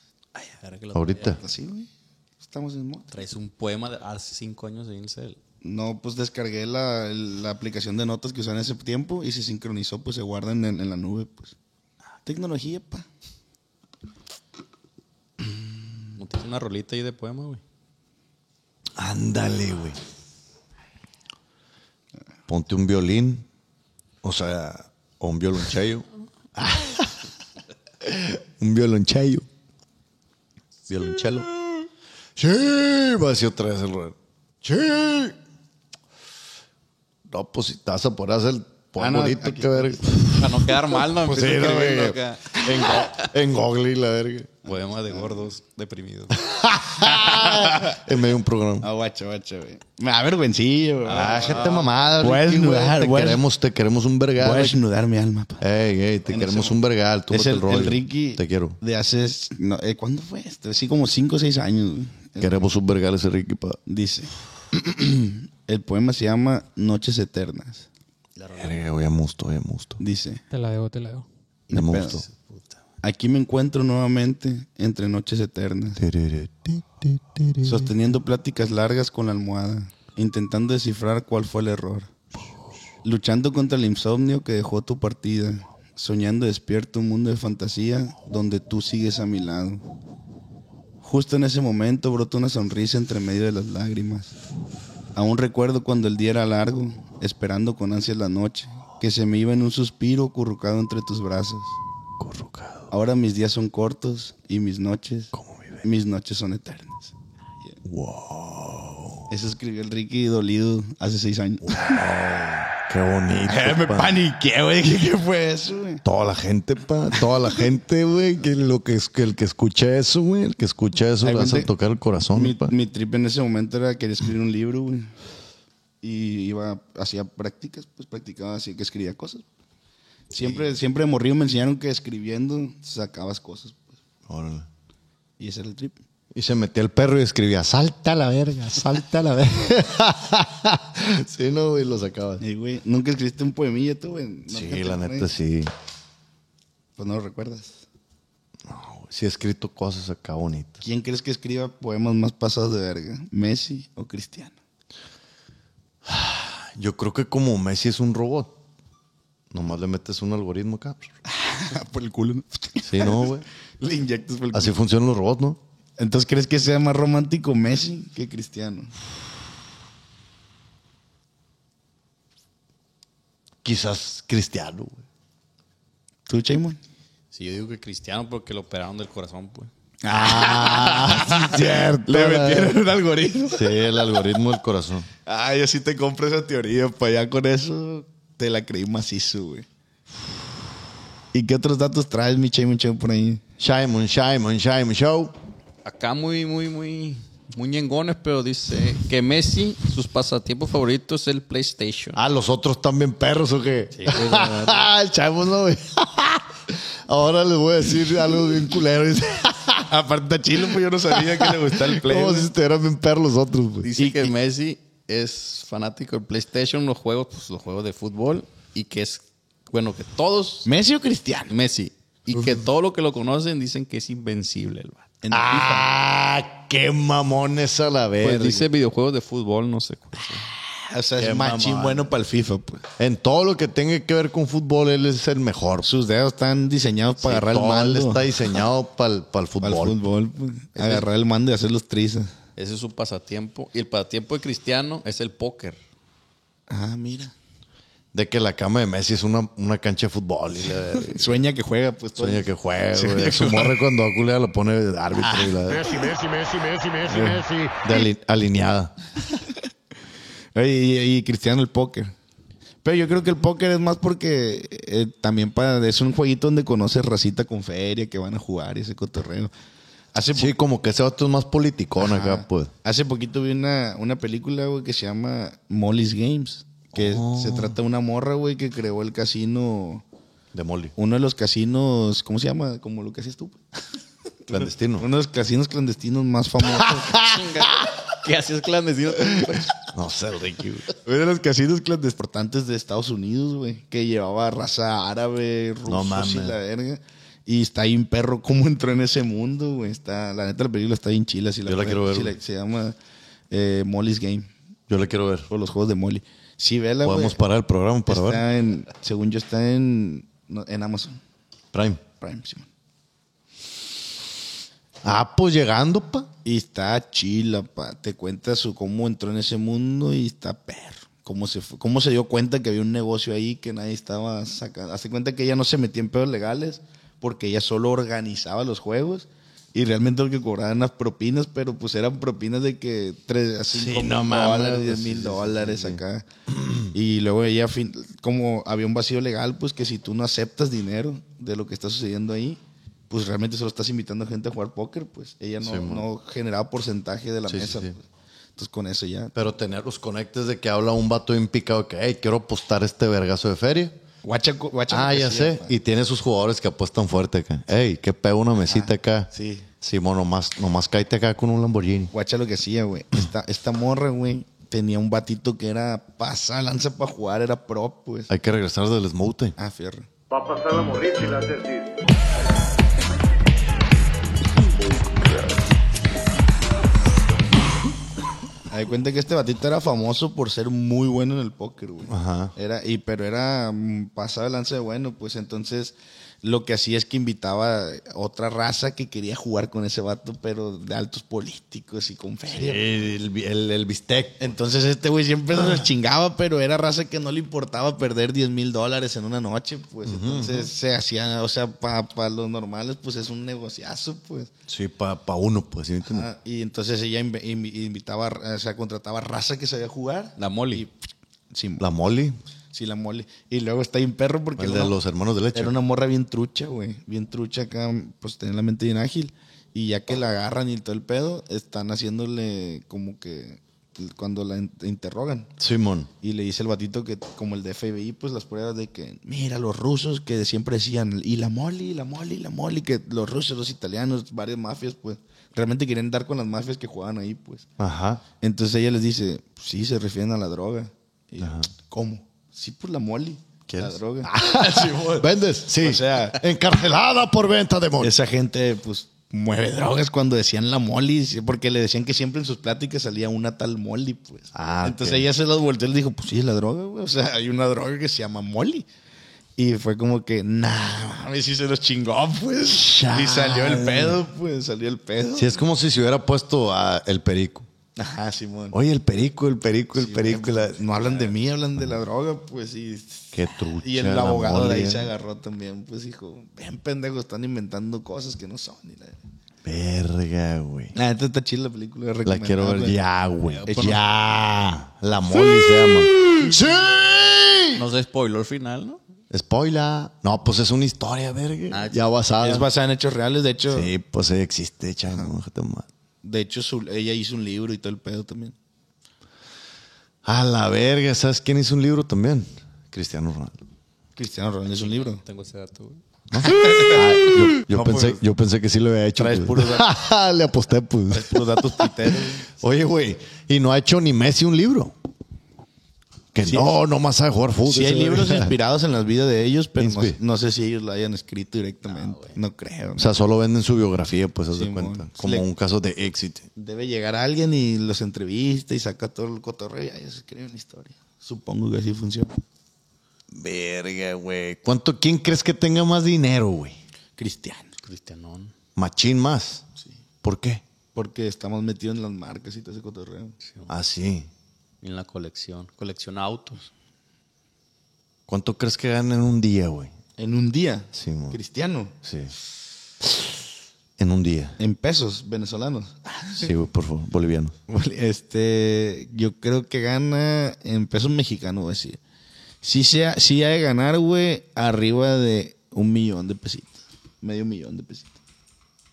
A: Ahorita.
B: Sí, güey. Estamos en moto.
D: Traes un poema de hace cinco años de Incel.
B: No, pues descargué la, la aplicación de notas que usaban en ese tiempo y se sincronizó, pues se guardan en, en la nube, pues. Tecnología, pa.
D: ¿No tienes una rolita ahí de poema, güey?
A: Ándale, güey. Ponte un violín. O sea, o un violonchelo. un violonchelo. Violonchelo. Sí, va así otra vez el rollo. Sí. No, pues si te vas a poner a hacer el
B: Ah, no,
A: bonito,
B: aquí-
A: qué verga.
D: Para no quedar mal, no
A: Pues sí,
D: Empiezo
A: no, güey.
D: escribiendo acá.
A: En, go- en Google y la verga.
D: Poema de gordos deprimidos.
A: En medio de un programa.
B: Ah, guacha, guacha, güey. Me da vergüencillo, güey.
A: Ah, gente mamada.
B: Puedes
A: Ricky, güey,
B: nudar,
A: te
B: puedes-
A: queremos, te queremos un vergal.
B: Voy a desnudar mi alma, pa.
A: Ey, ey, te
B: En
A: queremos
B: ese
A: un vergal. Tú
B: Es el,
A: rollo.
B: el Ricky
A: Te quiero.
B: de hace... no, eh, ¿Cuándo fue esto? Sí, como 5 o 6 años, güey. El-
A: Queremos un vergal ese Ricky, pa.
B: Dice... el poema se llama Noches Eternas.
A: Verga, güey, a musto, a musto.
B: Dice...
E: Te la debo, te la debo.
A: A
B: Ni
A: musto.
B: pedos. Aquí me encuentro nuevamente entre noches eternas, sosteniendo pláticas largas con la almohada, intentando descifrar cuál fue el error, luchando contra el insomnio que dejó tu partida, soñando despierto un mundo de fantasía donde tú sigues a mi lado. Justo en ese momento brota una sonrisa entre medio de las lágrimas. Aún recuerdo cuando el día era largo, esperando con ansias la noche, que se me iba en un suspiro currucado entre tus brazos. Ahora mis días son cortos y mis noches, mis noches son eternas. Wow. Eso escribió el Ricky dolido hace seis años.
A: Qué bonito.
B: me
A: pa.
B: paniqué, güey. Dije, ¿Qué fue eso, güey?
A: Toda la gente, pa. Toda la gente, güey. Que lo que es que el que escucha eso, güey. El que escucha eso
B: Ay,
A: le hace
B: güey,
A: tocar el corazón,
B: Mi,
A: pa.
B: mi trip en ese momento era quería escribir un libro, güey. Y iba, hacía prácticas, pues practicaba así que escribía cosas. Siempre, siempre de morrido me enseñaron que escribiendo sacabas cosas. pues.
A: Órale.
B: Y ese era el trip.
A: Y se metía el perro y escribía, salta a la verga, salta a la verga. sí, no, güey, lo sacaba.
B: Y, güey, nunca escribiste un poemilla tú, güey. ¿No
A: Sí,
B: te-
A: la
B: güey?
A: neta, sí.
B: Pues no lo recuerdas.
A: Sí he escrito cosas acá bonitas.
B: ¿Quién crees que escriba poemas más pasados de verga? ¿Messi o Cristiano?
A: Yo creo que como Messi es un robot, nomás le metes un algoritmo acá. Ah,
B: por el culo. ¿no?
A: Sí, no, güey.
B: Le inyectas por el culo.
A: Así funcionan los robots, ¿no?
B: Entonces, ¿crees que sea más romántico Messi que Cristiano?
A: Quizás cristiano, güey.
B: ¿Tú, Chaymon?
D: Sí, yo digo que cristiano porque lo operaron del corazón, pues.
A: Ah, sí, cierto.
B: Le metieron un algoritmo.
A: Sí, el algoritmo del corazón.
B: Ah, yo sí te compro esa teoría. Pues ya con eso te la creí macizo, güey. ¿Y qué otros datos traes, mi Chaymon Chaymon, por ahí?
A: Shimon, Shimon, Shimon Show.
D: Acá muy, muy, muy, muy ñengones, pero dice que Messi, sus pasatiempos favoritos es el PlayStation.
A: Ah, los otros también perros o qué? Ah,
D: Sí, güey, la verdad.
A: el chavo no, güey. Ahora les voy a decir algo bien culero. Dice,
B: Aparte, Chilo, pues yo no sabía que le gustaba el play.
A: Como
B: güey.
A: si estuvieran bien perros los otros, güey.
D: Dice que Messi es fanático del PlayStation, los juegos, pues los juegos de fútbol, y que es, bueno, que todos,
B: ¿Messi o Cristiano?
D: Messi, y que todo lo que lo conocen dicen que es invencible el vato.
B: En
A: Ah, qué mamones a la
D: Pues
A: verga.
D: dice videojuegos de fútbol, no sé. cuál sea.
B: Ah, O sea,
A: Qué
B: es machín
A: mamón.
B: bueno para el FIFA, pues.
A: En todo lo que tenga que ver con fútbol, él es el mejor.
B: Sus dedos están diseñados para agarrar el
A: todo él
B: mando.
A: está diseñado para el, fútbol.
B: Para el fútbol, pues. agarrar el mando y hacer los trizas.
D: Ese es su pasatiempo. Y el pasatiempo de Cristiano es el póker.
B: Ah, mira.
A: De que la cama de Messi es una, una cancha de fútbol. Y la verga.
B: Sueña que juega, pues. todo.
A: Eh, Sueña que juega,
B: Sueña
A: güey.
B: que
A: Su morre cuando va a culear lo pone de árbitro y la verga.
C: Messi, Messi, Messi, Messi, Messi, Messi.
A: de ali- alineada.
B: Oye, y, y Cristiano el póker. Pero yo creo que el póker es más porque eh, también para, es un jueguito donde conoces racita con feria que van a jugar y ese cotorreo. Hace,
A: Sí, como que ese vato es más politicón
B: po-
A: acá, pues.
B: hace poquito vi una, una película, güey, que se llama Molly's Games. Que
A: Oh.
B: se trata de una morra, güey, que creó el casino.
A: De Molly.
B: Uno de los casinos, ¿cómo se llama? Como lo que haces tú.
A: Clandestino.
B: Uno de los casinos clandestinos más famosos. ¿Qué hacías clandestino? no sé, Ricky. güey. Era de los casinos clandestinos de Estados Unidos, güey. Que llevaba raza árabe, rusos
A: mames.
B: y la verga. Y está ahí un perro, ¿cómo entró en ese mundo, güey? Está, la neta, la película está ahí en Chile. Si
A: Yo la
B: pueden-
A: quiero ver,
B: si
A: güey.
B: se llama eh, Molly's Game.
A: Yo la quiero ver.
B: Por los juegos de Molly. Sí, vela, güey.
A: Podemos parar el programa para
B: está
A: ver.
B: En, según yo, está en, no, en Amazon.
A: Prime.
B: Prime, sí.
A: Ah, pues llegando, pa.
B: Y está chila, pa. Te cuenta su cómo entró en ese mundo y está perro. Cómo se, fue- cómo se dio cuenta que había un negocio ahí que nadie estaba sacando. Hace cuenta que ella no se metía en pedos legales porque ella solo organizaba los juegos. Y realmente lo que cobraban las propinas, pero pues eran propinas de que 3 a 5 mil
A: no mames,
B: dólares,
A: pues,
B: 10
A: sí,
B: mil
A: sí, sí,
B: dólares acá. Y luego ella, fin- como había un vacío legal, pues que si tú no aceptas dinero de lo que está sucediendo ahí, pues realmente solo estás invitando a gente a jugar póker, pues ella no,
A: Sí, mo.
B: no generaba porcentaje de la
A: Sí, sí,
B: mesa.
A: sí.
B: pues. Entonces con eso ya.
A: Pero tener los conectes de que habla un vato bien picado que, hey, quiero apostar este vergazo de feria.
B: Guacha, guacha
A: ah,
B: lo que
A: ya
B: hacía, pues.
A: sé.
B: pa.
A: Y tiene sus jugadores que apuestan fuerte acá. Ey, que pega una mesita acá.
B: sí.
A: Simón, nomás, nomás cállate acá con un Lamborghini.
B: Guacha lo que hacía, güey. Esta, esta morra, güey, tenía un batito que era pasa, lanza para jugar, era prop, pues.
A: Hay que regresar del smote.
B: Ah, fierro.
I: Va a pasar la morir si la haces así.
B: Haz de cuenta que este batito era famoso por ser muy bueno en el póker, güey.
A: Ajá.
B: Era, y, pero era mm, pasado el lance de bueno, pues entonces lo que hacía es que invitaba otra raza que quería jugar con ese vato, pero de altos políticos y con feria.
A: el, bistec.
B: Entonces este güey siempre
A: Ah.
B: se chingaba, pero era raza que no le importaba perder 10 mil dólares en una noche, pues entonces se hacía, o sea, para los normales, pues es un negociazo, pues.
A: Sí, para uno, pues. ¿sí me entiendes?
B: Ah, y entonces ella inv- inv- invitaba, o sea, contrataba raza que sabía jugar.
D: La Molly.
B: Ah.
A: La Molly.
B: Sí, la mole. Y luego está ahí un perro porque...
A: El
B: era
A: de
B: una-
A: los hermanos de leche.
B: Era una morra bien trucha, güey. Bien trucha acá, pues tenía la mente bien ágil. Y ya que la agarran y todo el pedo, están haciéndole como que... Cuando la in- interrogan.
A: Simón.
B: Y le dice el batito que, como el de FBI, pues las pruebas de que, mira, los rusos que siempre decían, y la moli, la moli, la moli, que los rusos, los italianos, varias mafias, pues, realmente querían dar con las mafias que jugaban ahí, pues.
A: Ajá.
B: Entonces ella les dice, sí, se refieren a la droga. Y, ¿Cómo? Sí, pues la moli. La
A: ¿Quieres?
B: droga.
A: ¿Vendes? Sí.
B: O sea,
A: Encarcelada por venta de mol.
B: esa gente, pues, mueve drogas cuando decían la moli, sí, porque le decían que siempre en sus pláticas salía una tal moli, pues.
A: Ah,
B: Entonces
A: ok.
B: ella se los volteó y le dijo, pues sí, es la droga, güey. O sea, hay una droga que se llama Molly. Y fue como que, nah, mames, sí se los chingó, pues. Y salió el pedo, pues, salió el pedo.
A: Sí, es como si se hubiera puesto a el perico.
B: Ajá, Simón.
A: Oye, el perico, el perico, el
B: Sí,
A: perico. la-
B: No hablan de mí, hablan de la droga, pues, y...
A: Qué trucha.
B: Y el
A: la
B: abogado de ahí
A: Molly,
B: se
A: eh.
B: agarró también, pues, hijo, ven, pendejo, están inventando cosas que no son. y la-
A: Verga, güey.
B: La neta Ah, está chida la película.
A: La
B: recomendable.
A: quiero ver ya, güey.
B: Pues,
A: Ya. La Molly se llama. ¡Sí!
D: No se spoiló el final, ¿no?
A: Spoiler. No, pues es una historia, verga. ya basada.
B: Ah, Es basada en hechos reales, de hecho.
A: Sí, pues sí existe, chango. déjate mal.
B: De hecho, su- ella hizo un libro y todo el pedo también.
A: A la verga. ¿Sabes quién hizo un libro también? Cristiano Ronaldo.
B: Cristiano Ronaldo hizo un libro.
D: Tengo ese dato, güey.
A: Ah, yo, yo
B: No,
A: pensé,
B: pues,
A: yo pensé que sí lo había hecho.
B: traes
A: pues.
B: puros
A: Le aposté, pues.
B: Los datos piteros.
A: Oye, güey, y no ha hecho ni Messi un libro. Que
B: Sí.
A: no, no más sabe jugar fútbol.
B: Sí hay
A: ese
B: libros
A: verga.
B: inspirados en las vidas de ellos, pero no,
A: Inspi-
B: no sé si ellos lo hayan escrito directamente. No, creo.
A: Ah, O sea, solo venden su biografía, pues, haz de
B: Simón.
A: cuenta. Como
B: Le-
A: un caso de éxito.
B: Debe llegar alguien y los entrevista y saca todo el cotorreo y ahí se escribe una historia. Supongo que así funciona.
A: Verga, güey. ¿Cuánto, quién crees que tenga más dinero, güey?
B: Cristiano.
D: Cristianón.
A: Machín más. ¿Por qué?
B: Porque estamos metidos en las marcas y todo ese cotorreo.
A: Ah, Así.
D: Y en la colección. Colecciona autos.
A: ¿Cuánto crees que ganan en un día, güey?
B: En un día.
A: Sí, mo.
B: Cristiano.
A: Sí. En un día.
B: En pesos venezolanos.
A: Sí, güey, por favor, boliviano.
B: Este, yo creo que gana en pesos mexicanos, güey. Sí, sí, sea, sí ha de ganar, güey, arriba de un millón de pesitos. Medio millón de pesitos.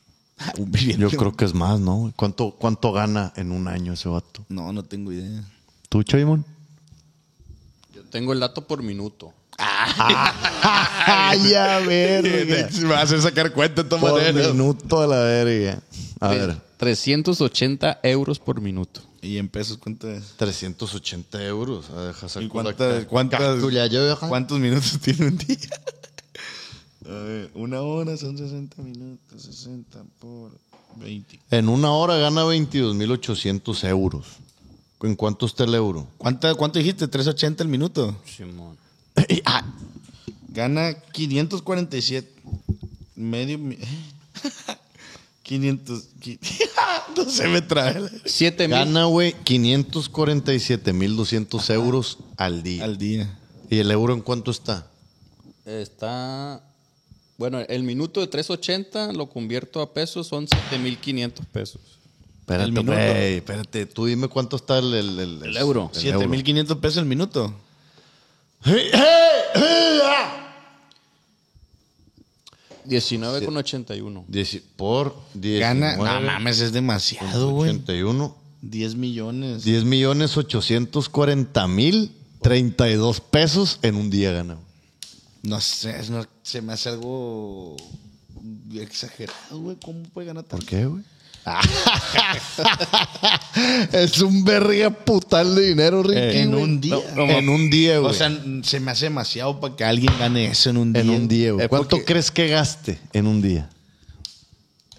B: Un millón.
A: Yo creo que es más, ¿no? güey? ¿Cuánto, ¿Cuánto gana en un año ese vato?
B: No, no tengo idea.
A: ¿Tú, Chaymon?
D: Yo tengo el dato por minuto.
A: ¡Ay, a verga!
B: Me va a hacer sacar cuenta, toma
A: Por minuto a la verga. A
D: Tres-
A: ver.
D: 380 euros por minuto.
B: ¿Y en pesos cuánto es?
A: 380 euros. Ah, deja saco
B: ¿Y
A: la
B: cuántas,
A: ca-
B: cuántas-
A: calcula yo, deja.
B: cuántos minutos tiene un día? A ver, una hora son 60 minutos, 60 por 20.
A: En una hora gana 22.800 euros. ¿En cuánto está el euro?
B: ¿Cuánto, cuánto dijiste? ¿380 el minuto? Simón. Gana 547. Medio. mi- 500. qui- no se me trae.
D: 7
A: Gana, güey, 547.200 euros al día. Al
B: día.
A: ¿Y el euro en cuánto está?
D: Está. Bueno, el minuto de 380 lo convierto a pesos, son 7500 pesos.
A: Espérate,
D: El minuto.
A: güey, espérate. Tú dime cuánto está el, el, el,
D: El euro.
B: 7.500 pesos el minuto.
A: Dieci- por 10.
B: Gana- no mames, es demasiado, güey.
A: 81.
B: 10 millones.
A: 10 millones 840 mil 32 pesos en un día gana. güey.
B: No sé, es- no- se me hace algo exagerado, güey. ¿Cómo puede ganar tanto?
A: ¿Por qué, güey? es un verga putal de dinero, Ricky.
B: Eh, en
A: güey.
B: un día.
A: No, en un día, güey.
B: O sea, n- se me hace demasiado para que alguien gane eso en un día.
A: en un día, Eh, güey.
B: Es
A: ¿Cuánto
B: porque-
A: crees que gaste en un día?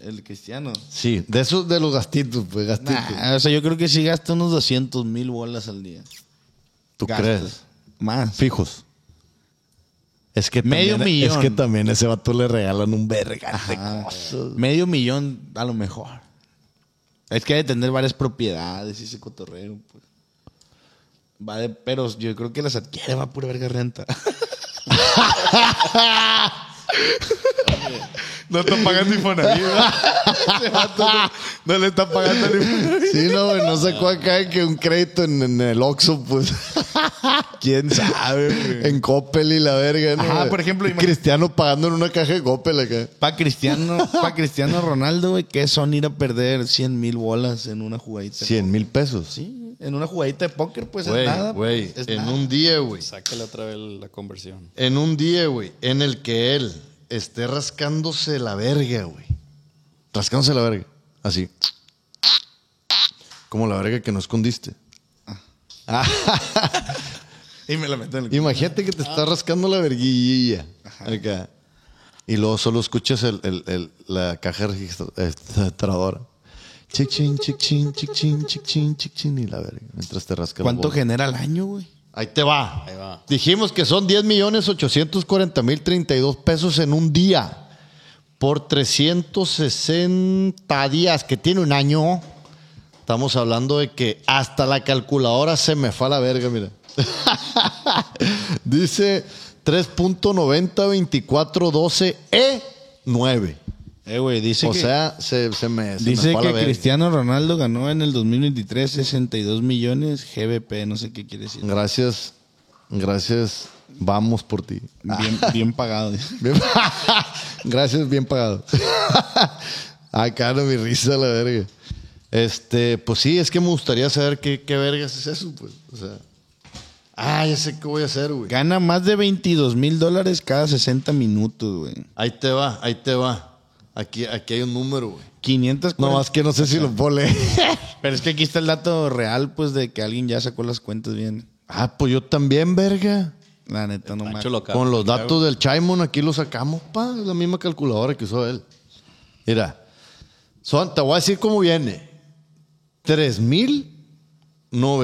B: El cristiano.
A: Sí, de esos de los gastitos, pues gastitos.
B: Nah, o sea, yo creo que sí gasta unos 200 mil bolas al día.
A: ¿Tú
B: gastos.
A: crees?
B: Más.
A: Fijos. Es que,
B: Medio
A: también,
B: millón.
A: es que también a ese vato le regalan un verga de
B: Ajá.
A: cosas.
B: Medio millón a lo mejor. Es que ha de tener varias propiedades y ese cotorreo, pues. Va de, pero yo creo que las adquiere, va pura verga renta. no está pagando Infonavit, Ese vato no, no le está pagando el Infonavit.
A: Sí, no, güey, no sacó acá que un crédito en, en el Oxxo, pues.
B: ¿Quién sabe, güey?
A: en Coppel y la verga, ¿no?
B: Ajá,
A: güey?
B: por ejemplo,
A: Y
B: imag-
A: Cristiano pagando en una caja de Coppel acá.
B: Pa' Cristiano, pa Cristiano Ronaldo, güey, que son ir a perder 100 mil bolas en una jugadita.
A: 100 mil pesos.
B: Sí, en una jugadita de póker, pues
A: Güey,
B: es nada.
A: güey,
B: es
A: en
B: nada.
A: un día, güey.
D: Sácale otra vez la conversión.
A: En un día, güey, en el que él esté rascándose la verga, güey. Rascándose la verga. Así. Como la verga que no escondiste.
B: Y me la meto en el
A: Imagínate que te está rascando la verguilla. Acá. Y luego solo escuchas el, el- el- la caja registra- registradora. Chic chin, chic chin, chic chin, chic chin, chic chin. Y la verga. Mientras te rascas la
B: ¿Cuánto
A: bola.
B: genera al año, güey?
A: Ahí te va.
D: Ahí va.
A: Dijimos que son 10 millones 840 mil 32 pesos en un día. Por 360 días, que tiene un año. Estamos hablando de que hasta la calculadora se me fue a la verga, mira. Dice 3.902412 E9.
B: Eh, güey, dice
A: E o
B: que,
A: sea, se, se me, se me
B: dice
A: fue a la
B: que
A: verga.
B: Cristiano Ronaldo ganó en el 2023 62 millones GBP, no sé qué quiere decir.
A: Gracias, gracias. Vamos por ti.
B: Bien, bien pagado.
A: Bien- Gracias, bien pagado. Acá no mi risa la verga. Este, pues sí, es que me gustaría saber qué, qué vergas es eso, pues. O sea. Ah, ya sé qué voy a hacer, güey.
B: Gana más de 22 mil dólares cada 60 minutos, güey.
A: Ahí te va, ahí te va. Aquí, aquí hay un número, güey.
B: 500
A: No más que no sé si lo puedo leer.
B: Pero es que aquí está el dato real, pues, de que alguien ya sacó las cuentas bien.
A: Ah, pues yo también, verga.
B: La neta, no más.
D: Pancho local.
A: Con los datos del Chaimon aquí lo sacamos, pa. Es la misma calculadora que usó él. Mira, son, te voy a decir cómo viene.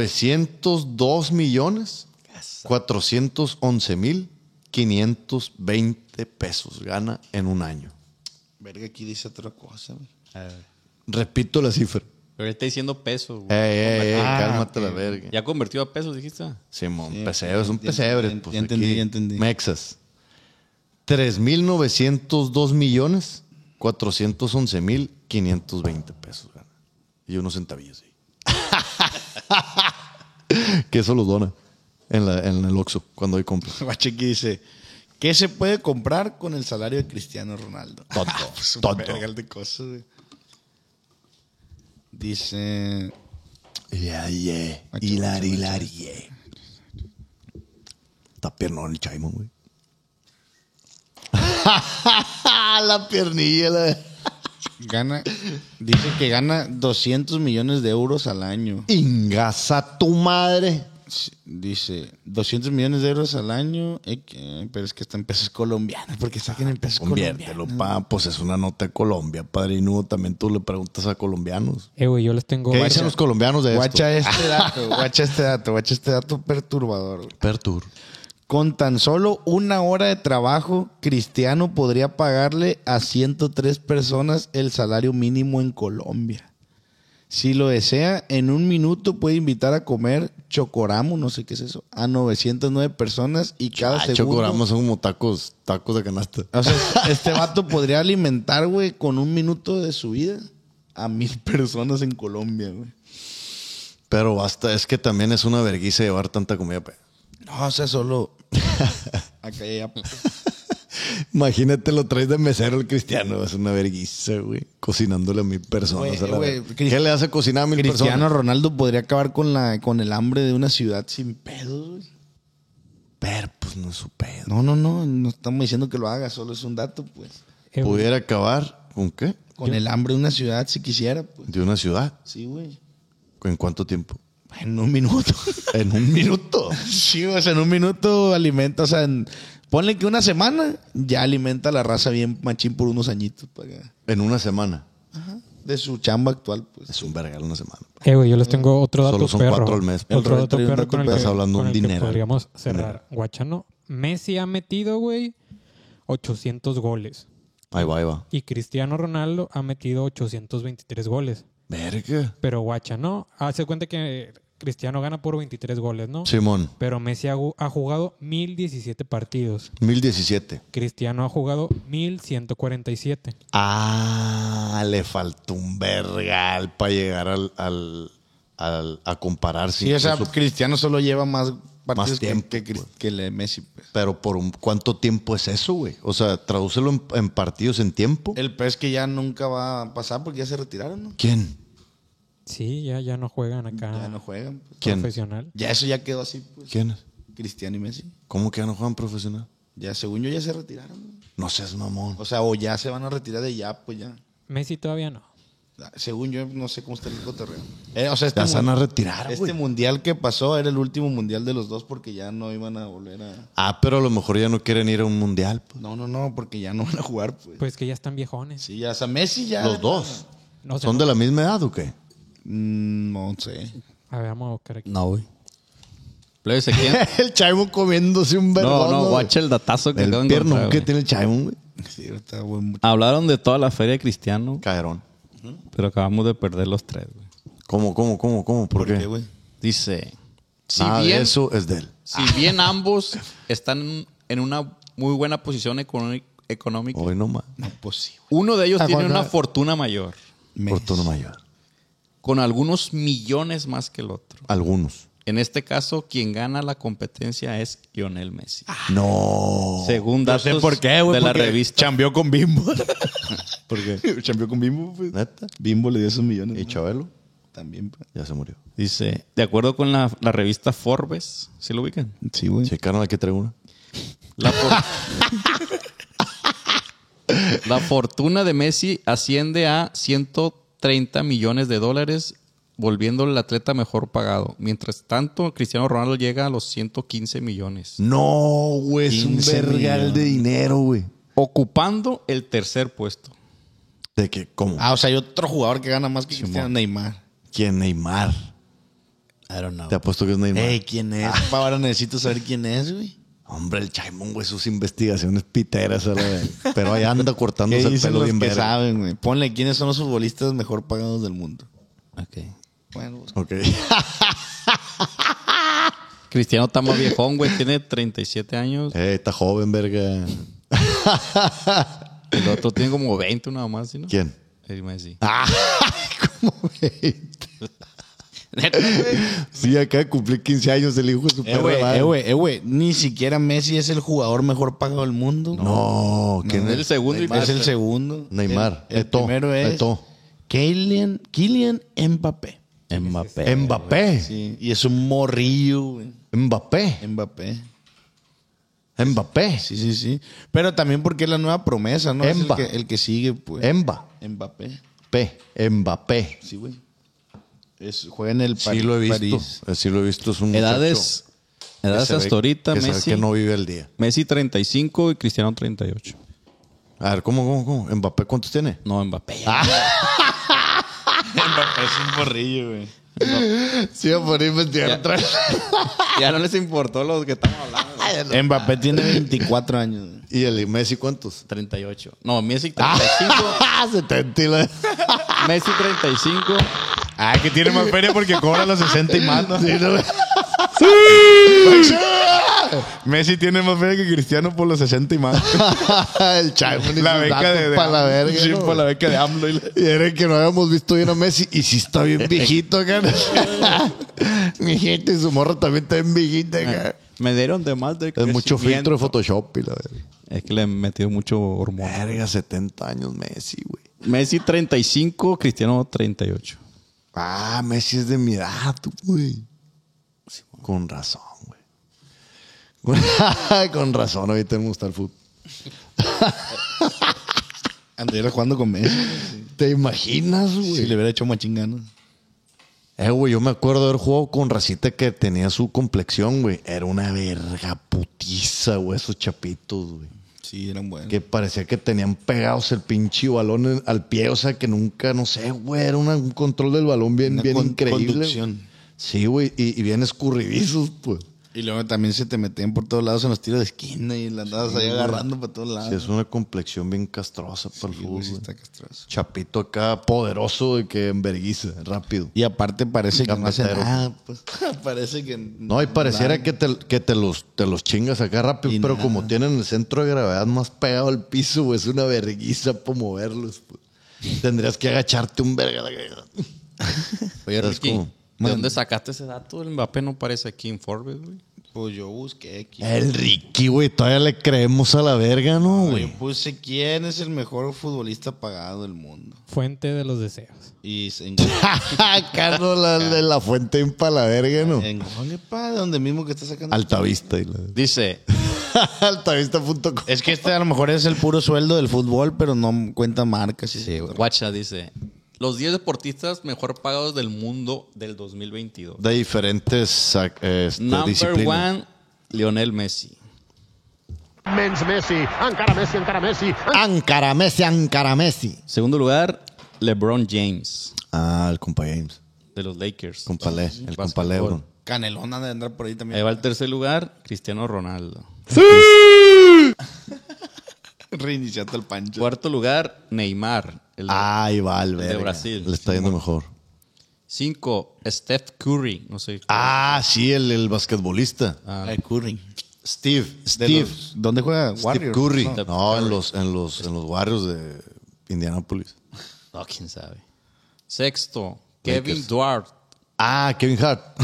A: 3.902 millones 411 mil 520 pesos gana en un año.
B: Verga, aquí dice otra cosa, güey.
A: Repito la cifra.
D: Pero está diciendo pesos, güey.
A: Ey, ey, ey,
B: Ah,
A: cálmate
B: ok.
A: la verga.
D: Ya convertido a pesos, dijiste.
A: Simón,
B: Sí,
A: pesebre, son
B: ya
A: pesebres.
B: entendí,
A: pues,
B: ya entendí,
A: aquí.
B: ya entendí.
A: Mexas. 3.902 millones 411 mil 520 pesos. gana. Y unos centavillos. ahí. que eso los dona en, la- en el Oxxo cuando hay compras.
B: Guache aquí dice, ¿qué se puede comprar con el salario de Cristiano Ronaldo?
A: Tonto,
B: Pues un
A: tonto.
B: vergal de cosas, güey. Dice,
A: Yeah, yeah.
B: Macho,
A: Hilar,
B: macho,
A: hilar, yeah. Está piernón el Chaimon, güey. la piernilla. la-
B: Gana, dice que gana 200 millones de euros al año.
A: Ingasa tu madre.
B: Dice 200 millones de euros al año, eh, que- pero es que está en pesos colombianos, porque saquen en pesos
A: Conviértelo,
B: colombianos.
A: pa. Pues es una nota de Colombia, padrino. También tú le preguntas a colombianos.
E: Eh, güey, yo les tengo.
A: ¿Qué
E: varias-
A: dicen los colombianos de
B: Guacha
A: esto?
B: este dato, guacha este dato, guacha este dato perturbador. güey.
A: Pertur.
B: Con tan solo una hora de trabajo, Cristiano podría pagarle a 103 personas el salario mínimo en Colombia. Si lo desea, en un minuto puede invitar a comer chocoramo, no sé qué es eso, a 909 personas y cada
A: Ah,
B: segundo...
A: chocoramos son como tacos, tacos de canasta.
B: O sea, este vato podría alimentar, güey, con un minuto de su vida a mil personas en Colombia, güey.
A: Pero basta, es que también es una vergüenza llevar tanta comida. pe.
B: No, o sea, solo... Acá ya...
A: Imagínate, lo traes de mesero el cristiano. Es una vergüenza, güey. Cocinándole a mil personas.
B: Güey,
A: a la
B: güey,
A: verga.
B: Cris-
A: ¿Qué le hace cocinar a mil
B: Cristiano
A: personas?
B: Ronaldo podría acabar con, la, con el hambre de una ciudad sin pedos, güey.
A: Pero pues no supe.
B: No, no, no, no estamos diciendo que lo haga, solo es un dato, pues.
E: Eh, güey,
A: ¿Pudiera acabar con qué?
B: Con el hambre de una ciudad si quisiera, pues.
A: ¿De una ciudad?
B: Sí, güey.
A: ¿En cuánto tiempo?
B: En un minuto.
A: En un minuto.
B: sí, o sea, en un minuto alimenta, o sea, en- ponle que una semana ya alimenta a la raza bien machín por unos añitos para acá.
A: En una semana.
B: De su chamba actual, pues.
A: Es un vergal una semana.
E: eh, güey, yo les tengo otro dato
A: Solo son
E: perro.
A: cuatro al mes.
E: Otro,
A: Otro
E: dato
A: dato y un
E: perro
A: dato
E: con el
A: perro.
E: que,
A: Estás hablando un
E: con el que
A: dineral.
E: podríamos cerrar. Guachano, Messi ha metido, güey, 800 goles.
A: Ahí va, ahí va.
E: Y Cristiano Ronaldo ha metido 823 goles.
A: Verga.
E: Pero guacha, ¿no? Hace cuenta que Cristiano gana por 23 goles, ¿no?
A: Simón,
E: Pero Messi ha, gu- ha jugado 1017 partidos.
A: 1017.
E: Cristiano ha jugado 1147.
A: Ah, le faltó un vergal para llegar al, al, al- a compararse.
B: Sí, o sea,
A: incluso,
B: Cristiano solo lleva más partidos
A: Más tiempo,
B: que, que, Cris- que el de Messi, pues.
A: pero por un, ¿cuánto tiempo es eso, güey? O sea, tradúcelo en, en partidos en tiempo.
B: El pez que ya nunca va a pasar porque ya se retiraron, ¿no?
A: ¿Quién?
E: Sí, ya, ya no juegan acá
B: Ya no juegan. pues.
A: ¿Quién?
E: profesional.
B: Ya eso ya quedó así, pues.
A: ¿Quién? es?
B: Cristiano y Messi.
A: ¿Cómo que ya no juegan profesional?
B: Ya, según yo, ya se retiraron.
A: No seas mamón.
B: O sea, o ya se van a retirar de ya, pues ya.
E: Messi todavía no.
B: Según yo, no sé cómo está el cotorreo. Eh, o sea, este,
A: Ya se van
B: mun-
A: a retirar,
B: este
A: güey.
B: mundial que pasó era el último mundial de los dos porque ya no iban a volver a.
A: Ah, pero a lo mejor ya no quieren ir a un mundial. pues.
B: No, no, no, porque ya no van a jugar, pues.
E: Pues que ya están viejones.
B: Sí, ya, o sea, Messi ya.
A: Los dos.
E: No sé.
A: ¿Son de la misma edad o qué?
B: Mm, no sé.
E: A ver, vamos a buscar aquí.
A: No, güey.
D: Plebes, ¿se quieren?
A: el Chaimon comiéndose un
D: No,
A: vergón.
D: no,
A: güey.
D: guacha el datazo que acabo de
A: El pierno
D: encontrar,
A: que
D: güey.
A: tiene el Chaimon, güey.
B: Sí, está buen.
D: Hablaron de toda la feria de Cristiano,
A: Caerón.
D: pero acabamos de perder los tres, güey.
A: ¿Cómo, cómo, cómo, cómo? ¿Por, qué?
B: qué, güey?
D: Dice, si
A: Nada de
D: bien,
A: eso es de él.
D: si bien ambos están en una muy buena posición economi- económica,
A: Hoy nomás.
B: No, pues sí, güey.
D: uno de ellos
B: Ah,
D: tiene
A: eh.
B: bueno.
D: una fortuna mayor,
B: Messi.
A: Fortuna mayor.
D: con algunos millones más que el otro.
A: Algunos.
D: En este caso, quien gana la competencia es Lionel Messi.
A: No.
D: Según datos de la revista.
B: Chambió con Bimbo.
A: ¿Por qué?
B: Chambió con Bimbo, pues.
A: ¿Neta?
B: Bimbo le dio esos millones.
A: ¿Y
B: ¿no?
A: Chabelo?
B: También, pues.
A: Ya se murió.
D: Dice, de acuerdo con la, la revista Forbes, ¿sí lo ubican?
B: Sí, güey.
A: Checaron aquí traigo una.
D: La, for- La fortuna de Messi asciende a 130 millones de dólares, volviéndolo el atleta mejor pagado. Mientras tanto, Cristiano Ronaldo llega a los 115 millones,
A: No, güey. Es un
B: 15
A: vergal de dinero, güey.
D: ocupando el tercer puesto.
A: ¿De qué? ¿Cómo?
B: Ah, o sea, hay otro jugador que gana más que Cristiano Neymar.
A: ¿Quién? Neymar.
B: I don't know.
A: Te apuesto que es Neymar.
B: Ey, ¿quién es? Pa, Ahora necesito saber quién es, güey.
A: Hombre, el Chaimón, güey, sus investigaciones piteras. a la vez. Pero ahí anda
B: ¿Qué
A: cortándose el
B: dicen
A: pelo
B: los
A: bien
B: que
A: verga.
B: saben, güey? Ponle quiénes son los futbolistas mejor pagados del mundo. Bueno, pues,
A: Ok.
D: Cristiano está más viejón, güey, tiene 37 años.
A: Ey, Eh, está joven, verga.
D: El otro tiene como 20 nada más, ¿sí, ¿no?
A: ¿Quién?
D: El Messi.
B: Ah,
A: Sí, acá de cumplir 15 años el hijo de su
B: eh,
A: perra
B: güey,
A: madre.
B: eh, güey, eh, güey. Ni siquiera Messi es el jugador mejor pagado del mundo.
A: No, ¿quién
D: Es
A: es?
D: el segundo y
B: Neymar es el
D: tercero.
B: segundo.
A: Neymar.
B: El, el
A: Eto'o,
B: primero es
A: Eto'o.
B: Kylian, Kylian Mbappé.
D: Mbappé.
A: Mbappé.
B: Sí, y es un morrillo, güey.
A: Mbappé.
B: Mbappé.
A: Mbappé.
B: Sí, sí, sí. Pero también porque es la nueva promesa, ¿no? Es el
A: Emba.
B: que, el que sigue, pues.
A: Emba.
B: Mbappé.
A: P. Mbappé.
B: Sí, güey. Es- Juega en el
A: Sí lo he visto.
B: París.
A: Eh, Sí lo he visto. Es un
D: Edades,
A: muchacho que
D: edades
A: se ve-
D: hasta ahorita,
A: que se ve
D: Messi.
A: que no vive el día.
D: Messi 35 y Cristiano 38.
A: A ver, ¿cómo, cómo, cómo? ¿Mbappé cuántos tiene?
D: No, Mbappé.
B: Mbappé es un borrillo, güey.
A: Sí, a poner investigar otra vez.
D: Ya no les importó los que estamos hablando.
B: Mbappé tiene 24 años. güey.
A: ¿Y el Messi cuántos?
D: 38. No, Messi 35.
A: Ah, 70 y la-
D: Messi 35.
B: Ah, que tiene más feria porque cobra los 60 y más, ¿no?
A: Sí, no-
B: Messi tiene más feria que Cristiano por los 60 y más.
A: Ah, el Chaimo ni
B: la
A: sus
B: beca
A: datos
B: de, de
A: pa' la
B: AMLO.
A: verga.
B: Sí,
A: ¿no?
B: pa' la beca de AMLO. y la-
A: Y era que no habíamos visto bien a Messi y sí está bien viejito acá. Mi gente y su morra también está bien viejita acá.
D: Me dieron de más de
A: Es Ah, mucho filtro
D: crecimiento.
A: de Photoshop y la verga.
D: Es que le han metido mucho hormona.
A: Verga, 70 años Messi, güey.
D: Messi 35, Cristiano 38.
A: Ah, Messi es de mi edad, güey. Con razón, güey. Con- Con razón, ahorita me gusta el fútbol.
B: Anduviera jugando con Messi. güey.
A: ¿Te imaginas, güey?
B: Si le hubiera hecho más chinganos.
A: Eh, güey, yo me acuerdo de haber jugado con racita que tenía su complexión, güey. Era una verga putiza, güey, esos chapitos, güey.
B: Sí, eran buenos.
A: Que parecía que tenían pegados el pinche balón en- al pie, o sea, que nunca, no sé, güey, era una- un control del balón bien,
B: Una
A: bien
B: con-
A: increíble.
B: conducción.
A: güey. Sí, güey, y, y bien escurridizos, pues.
B: Y luego también se te metían por todos lados en los tiros de esquina y la andabas ahí agarrando para todos lados.
A: Sí, es una complexión bien castrosa para el
B: Ah. Sí,
A: fútbol,
B: güey, sí
A: güey.
B: está castroso.
A: Chapito acá, poderoso, de que enverguiza, rápido.
B: Y aparte parece que no hace
A: Cafetero.
B: nada, pues. parece que...
A: No, y pareciera que, te, que te, los, te los chingas acá rápido,
B: Y
A: pero
B: nada.
A: como tienen el centro de gravedad más pegado al piso, güey, es una verguiza para moverlos. pues. Tendrías que agacharte un verga. Oye, es
D: Ricky,
A: como,
D: ¿De dónde sacaste ese dato? El Mbappé no parece aquí en Forbes, güey.
B: Pues yo busqué aquí.
A: El Ricky, güey, todavía le creemos a la verga, ¿no,
B: Yo
A: güey?
B: puse quién es el mejor futbolista pagado del mundo.
E: Fuente de los deseos.
B: Y se- en,
A: Carlos, la, de la fuente para la verga, ¿no?
D: Eh.
B: en Google, pa, donde mismo que está sacando.
A: Altavista. y la-
D: Dice,
A: Altavista.com.
B: Es que este a lo mejor es el puro sueldo del fútbol, pero no cuenta marcas y sí, güey.
D: Guacha dice, los 10 deportistas mejor pagados del mundo del 2022.
A: De diferentes ac- este,
D: Number
A: disciplinas.
D: one, Lionel Messi.
C: Mens Messi, encara Messi, encara Messi.
A: Ankara Messi, Ankara Messi.
D: Segundo lugar, LeBron James
A: Ah, el compa James.
D: de los Lakers.
A: Compalé, el compa Lebron.
B: Canelón anda de andar por ahí también.
D: Ahí va el tercer lugar, Cristiano Ronaldo.
B: Reiniciando el pancho.
D: Cuarto lugar, Neymar. El de-
A: Ay, va, el verga.
D: Brasil.
A: Le está yendo mejor.
D: Cinco, Steph Curry. No sé.
A: Ah, sí, el, el basquetbolista.
B: Ah, Curry.
A: Steve.
B: De
A: Steve.
B: los- ¿Dónde juega?
A: Steve
B: Warriors,
A: Curry.
B: ¿no?
A: No, en los, en los, en los barrios de Indianápolis.
D: No, quién sabe. Sexto, Kevin Durant.
A: Ah, Kevin Hart.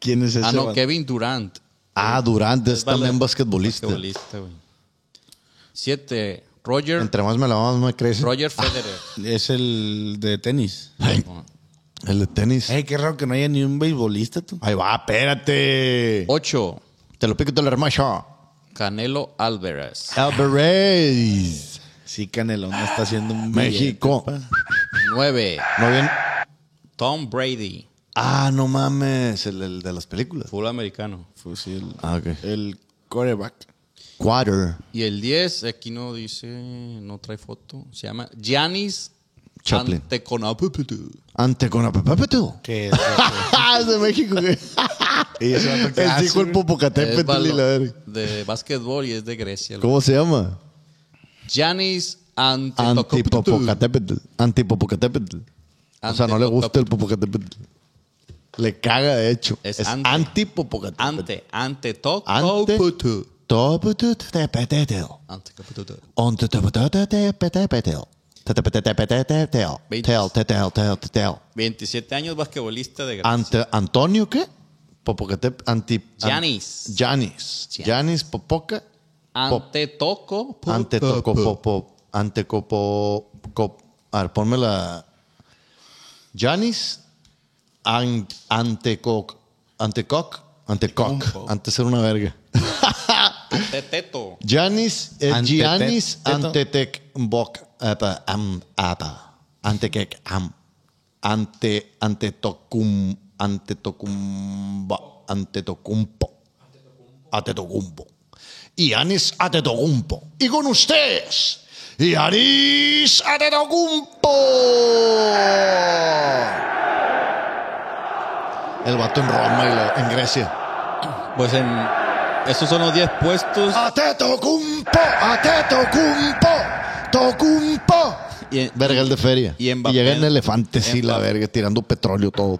B: ¿Quién es ese?
D: Ah, no,
B: vato?
D: Kevin Durant.
A: Ah, Durant es
D: Vale.
A: también basquetbolista.
D: Basquetbolista, güey. Siete, Roger,
A: Entre más me la vamos, más crece.
D: Roger Federer.
B: Es el de tenis.
A: Ay, el de tenis.
B: Ey, qué raro que no haya ni un beisbolista, tú.
A: Ahí va, espérate.
D: Ocho,
A: Te lo pico y te lo hermoso.
D: Canelo Álvarez.
A: Alvarez.
B: Sí, Canelón está haciendo
A: Ah,
B: un
A: México.
D: Nueve,
A: No bien.
D: Tom Brady.
A: Ah, no mames. El, el de las películas.
D: Fútbol americano.
B: Pues sí, el,
A: Ah, ok.
B: el coreback.
A: Quarter.
D: Y el 10, aquí no dice, no trae foto. Se llama Giannis
A: Chaplin.
D: Antetokounmpo.
A: Ante con apapapetu.
B: Que
A: es de México, güey.
B: y eso va a tocar.
A: El hijo el
D: Es
A: Popocatépetl y la
D: balo-
A: verga.
D: de básquetbol y es de Grecia.
A: ¿Cómo se llama?
D: Giannis Antetokounmpo.
A: Antipopocatépetl. Antipopocatépetl. O sea, no le gusta el popocatépetl. Le caga, de hecho.
D: Es
A: Es,
D: ante.
A: antipopocatépetl.
D: Ante, ante
A: Ante. Topototepetl. Ontotopototepetl. Tetepetepetepetl.
D: Veinte.
A: Tel, tetel, tel, tetel.
D: 27 años basquetbolista de Grecia.
A: Ante Antonio, ¿qué? Popocatépetl. Anti.
D: Giannis.
A: Janis. Janis Popoca.
D: Ante Toco.
A: Ante tocopopo. Ante copo. cop- A ver, ponme la. Janis. an- Ante coc. Ante coc. Ante coc. Antes era una verga.
D: Teteto.
A: Giannis, eh,
D: Antete-
A: Giannis
D: teto.
A: Antetec Bok apa, am apa Antekek am ante antetocum antetocumba antetocumpo atetocumpo Giannis Atetocumpo y con ustedes Giannis Atetocumpo El vato en Roma y la- en Grecia.
D: Pues en. Esos son los 10 puestos.
A: Atetocumpo, Atetocumpo, Tocumpo.
D: Y en-
A: Verga el de feria.
D: y
A: Y,
D: Mbappé-
A: llegan elefantes y la
D: Mbappé-
A: verga tirando petróleo todo.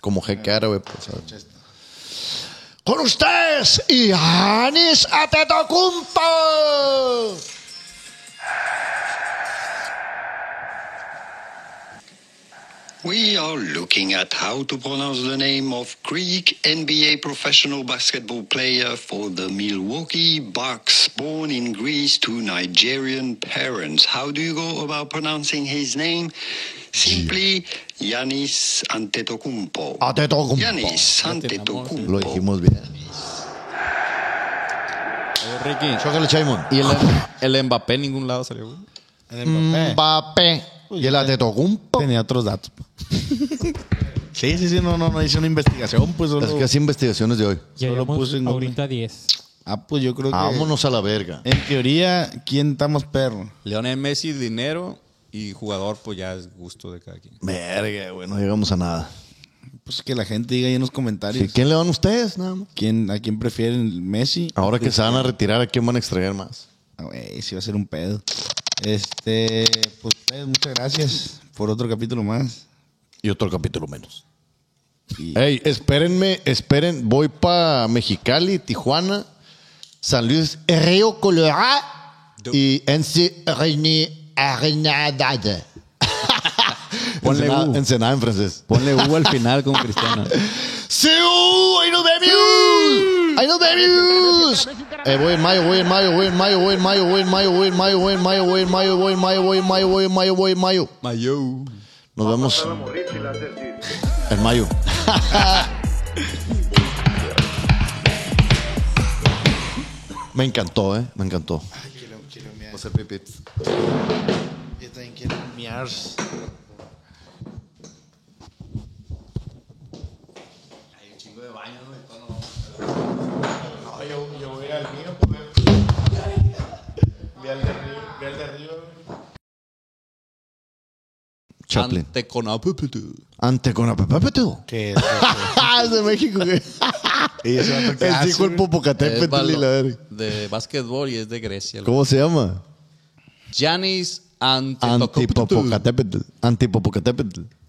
A: Como jeque árabe, pues. ¿sabes?
F: Con ustedes, Ianis Atetocumpo.
J: We are looking at how to pronounce the name of Greek NBA professional basketball player for the Milwaukee Bucks, born in Greece to Nigerian parents. How do you go about pronouncing his name? Simply Yanis Antetokounmpo.
A: Antetokounmpo.
J: Yanis Antetokounmpo.
A: Lo dijimos bien.
D: Ricky.
A: Chócale, Chaimon.
D: Y el, el Mbappé en ningún lado salió. güey.
A: Mm, Mbappé. Y el Atetocumpo. Tenía otros datos.
B: Sí, sí, sí, no, no, no hice una investigación, pues solo,
A: Es que hace investigaciones de hoy.
B: solo puse en Google.
E: Ahorita 10.
B: Ah, pues yo creo que.
A: Vámonos a la verga.
B: En teoría, ¿quién está más perro?
D: Leonel Messi, dinero. Y jugador, pues ya es gusto de cada quien.
A: Verga, güey, no llegamos a nada.
B: Pues que la gente diga ahí en los comentarios.
A: Sí, ¿Quién le van ustedes? Nada más.
B: ¿Quién, ¿A quién prefieren? ¿Messi?
A: Ahora que se van a retirar, ¿a quién van a extraer más?
B: Ah, güey, sí va a ser un pedo. Este, pues pues, muchas gracias por otro capítulo más.
A: Y otro capítulo menos. Ey, espérenme, esperen. Voy para Mexicali, Tijuana, San Luis, Río Colorado y NC Reini Arenadada.
D: Ponle
A: Ensenada,
D: U.
A: Ensenada en francés.
D: Ponle U al final con Cristiano.
A: ¡Siu! ¡Ahí nos vemos! ¡Ahí nos vemos! Eh, voy en mayo, voy en mayo, voy en mayo, voy en mayo, voy en mayo, voy en mayo, voy en mayo, voy en mayo, voy en mayo, voy en mayo, voy en mayo, voy en mayo.
D: Mayo.
A: Nos vemos en mayo. Me encantó, eh. Me encantó.
B: Quiero, quiero
A: Voy
B: miar.
A: a hacer pipí.
B: Yo también quiero miar. No, yo, yo voy a ir al mío, pues. Ve al de arriba, ve al de arriba, güey.
A: Chaplin.
D: Ante con apetitud.
A: Ante con apapapatu.
B: ¿Qué es?
A: Ah, es de México, güey.
B: Y eso va a tocar,
A: El hijo del
B: güey.
D: Es
A: Popocatépetl y la
D: balo-
A: verga.
D: de básquetbol y es de Grecia.
A: ¿Cómo se llama?
D: Janis Antetokounmpo.
A: Antipopocatépetl. Antipopocatépetl.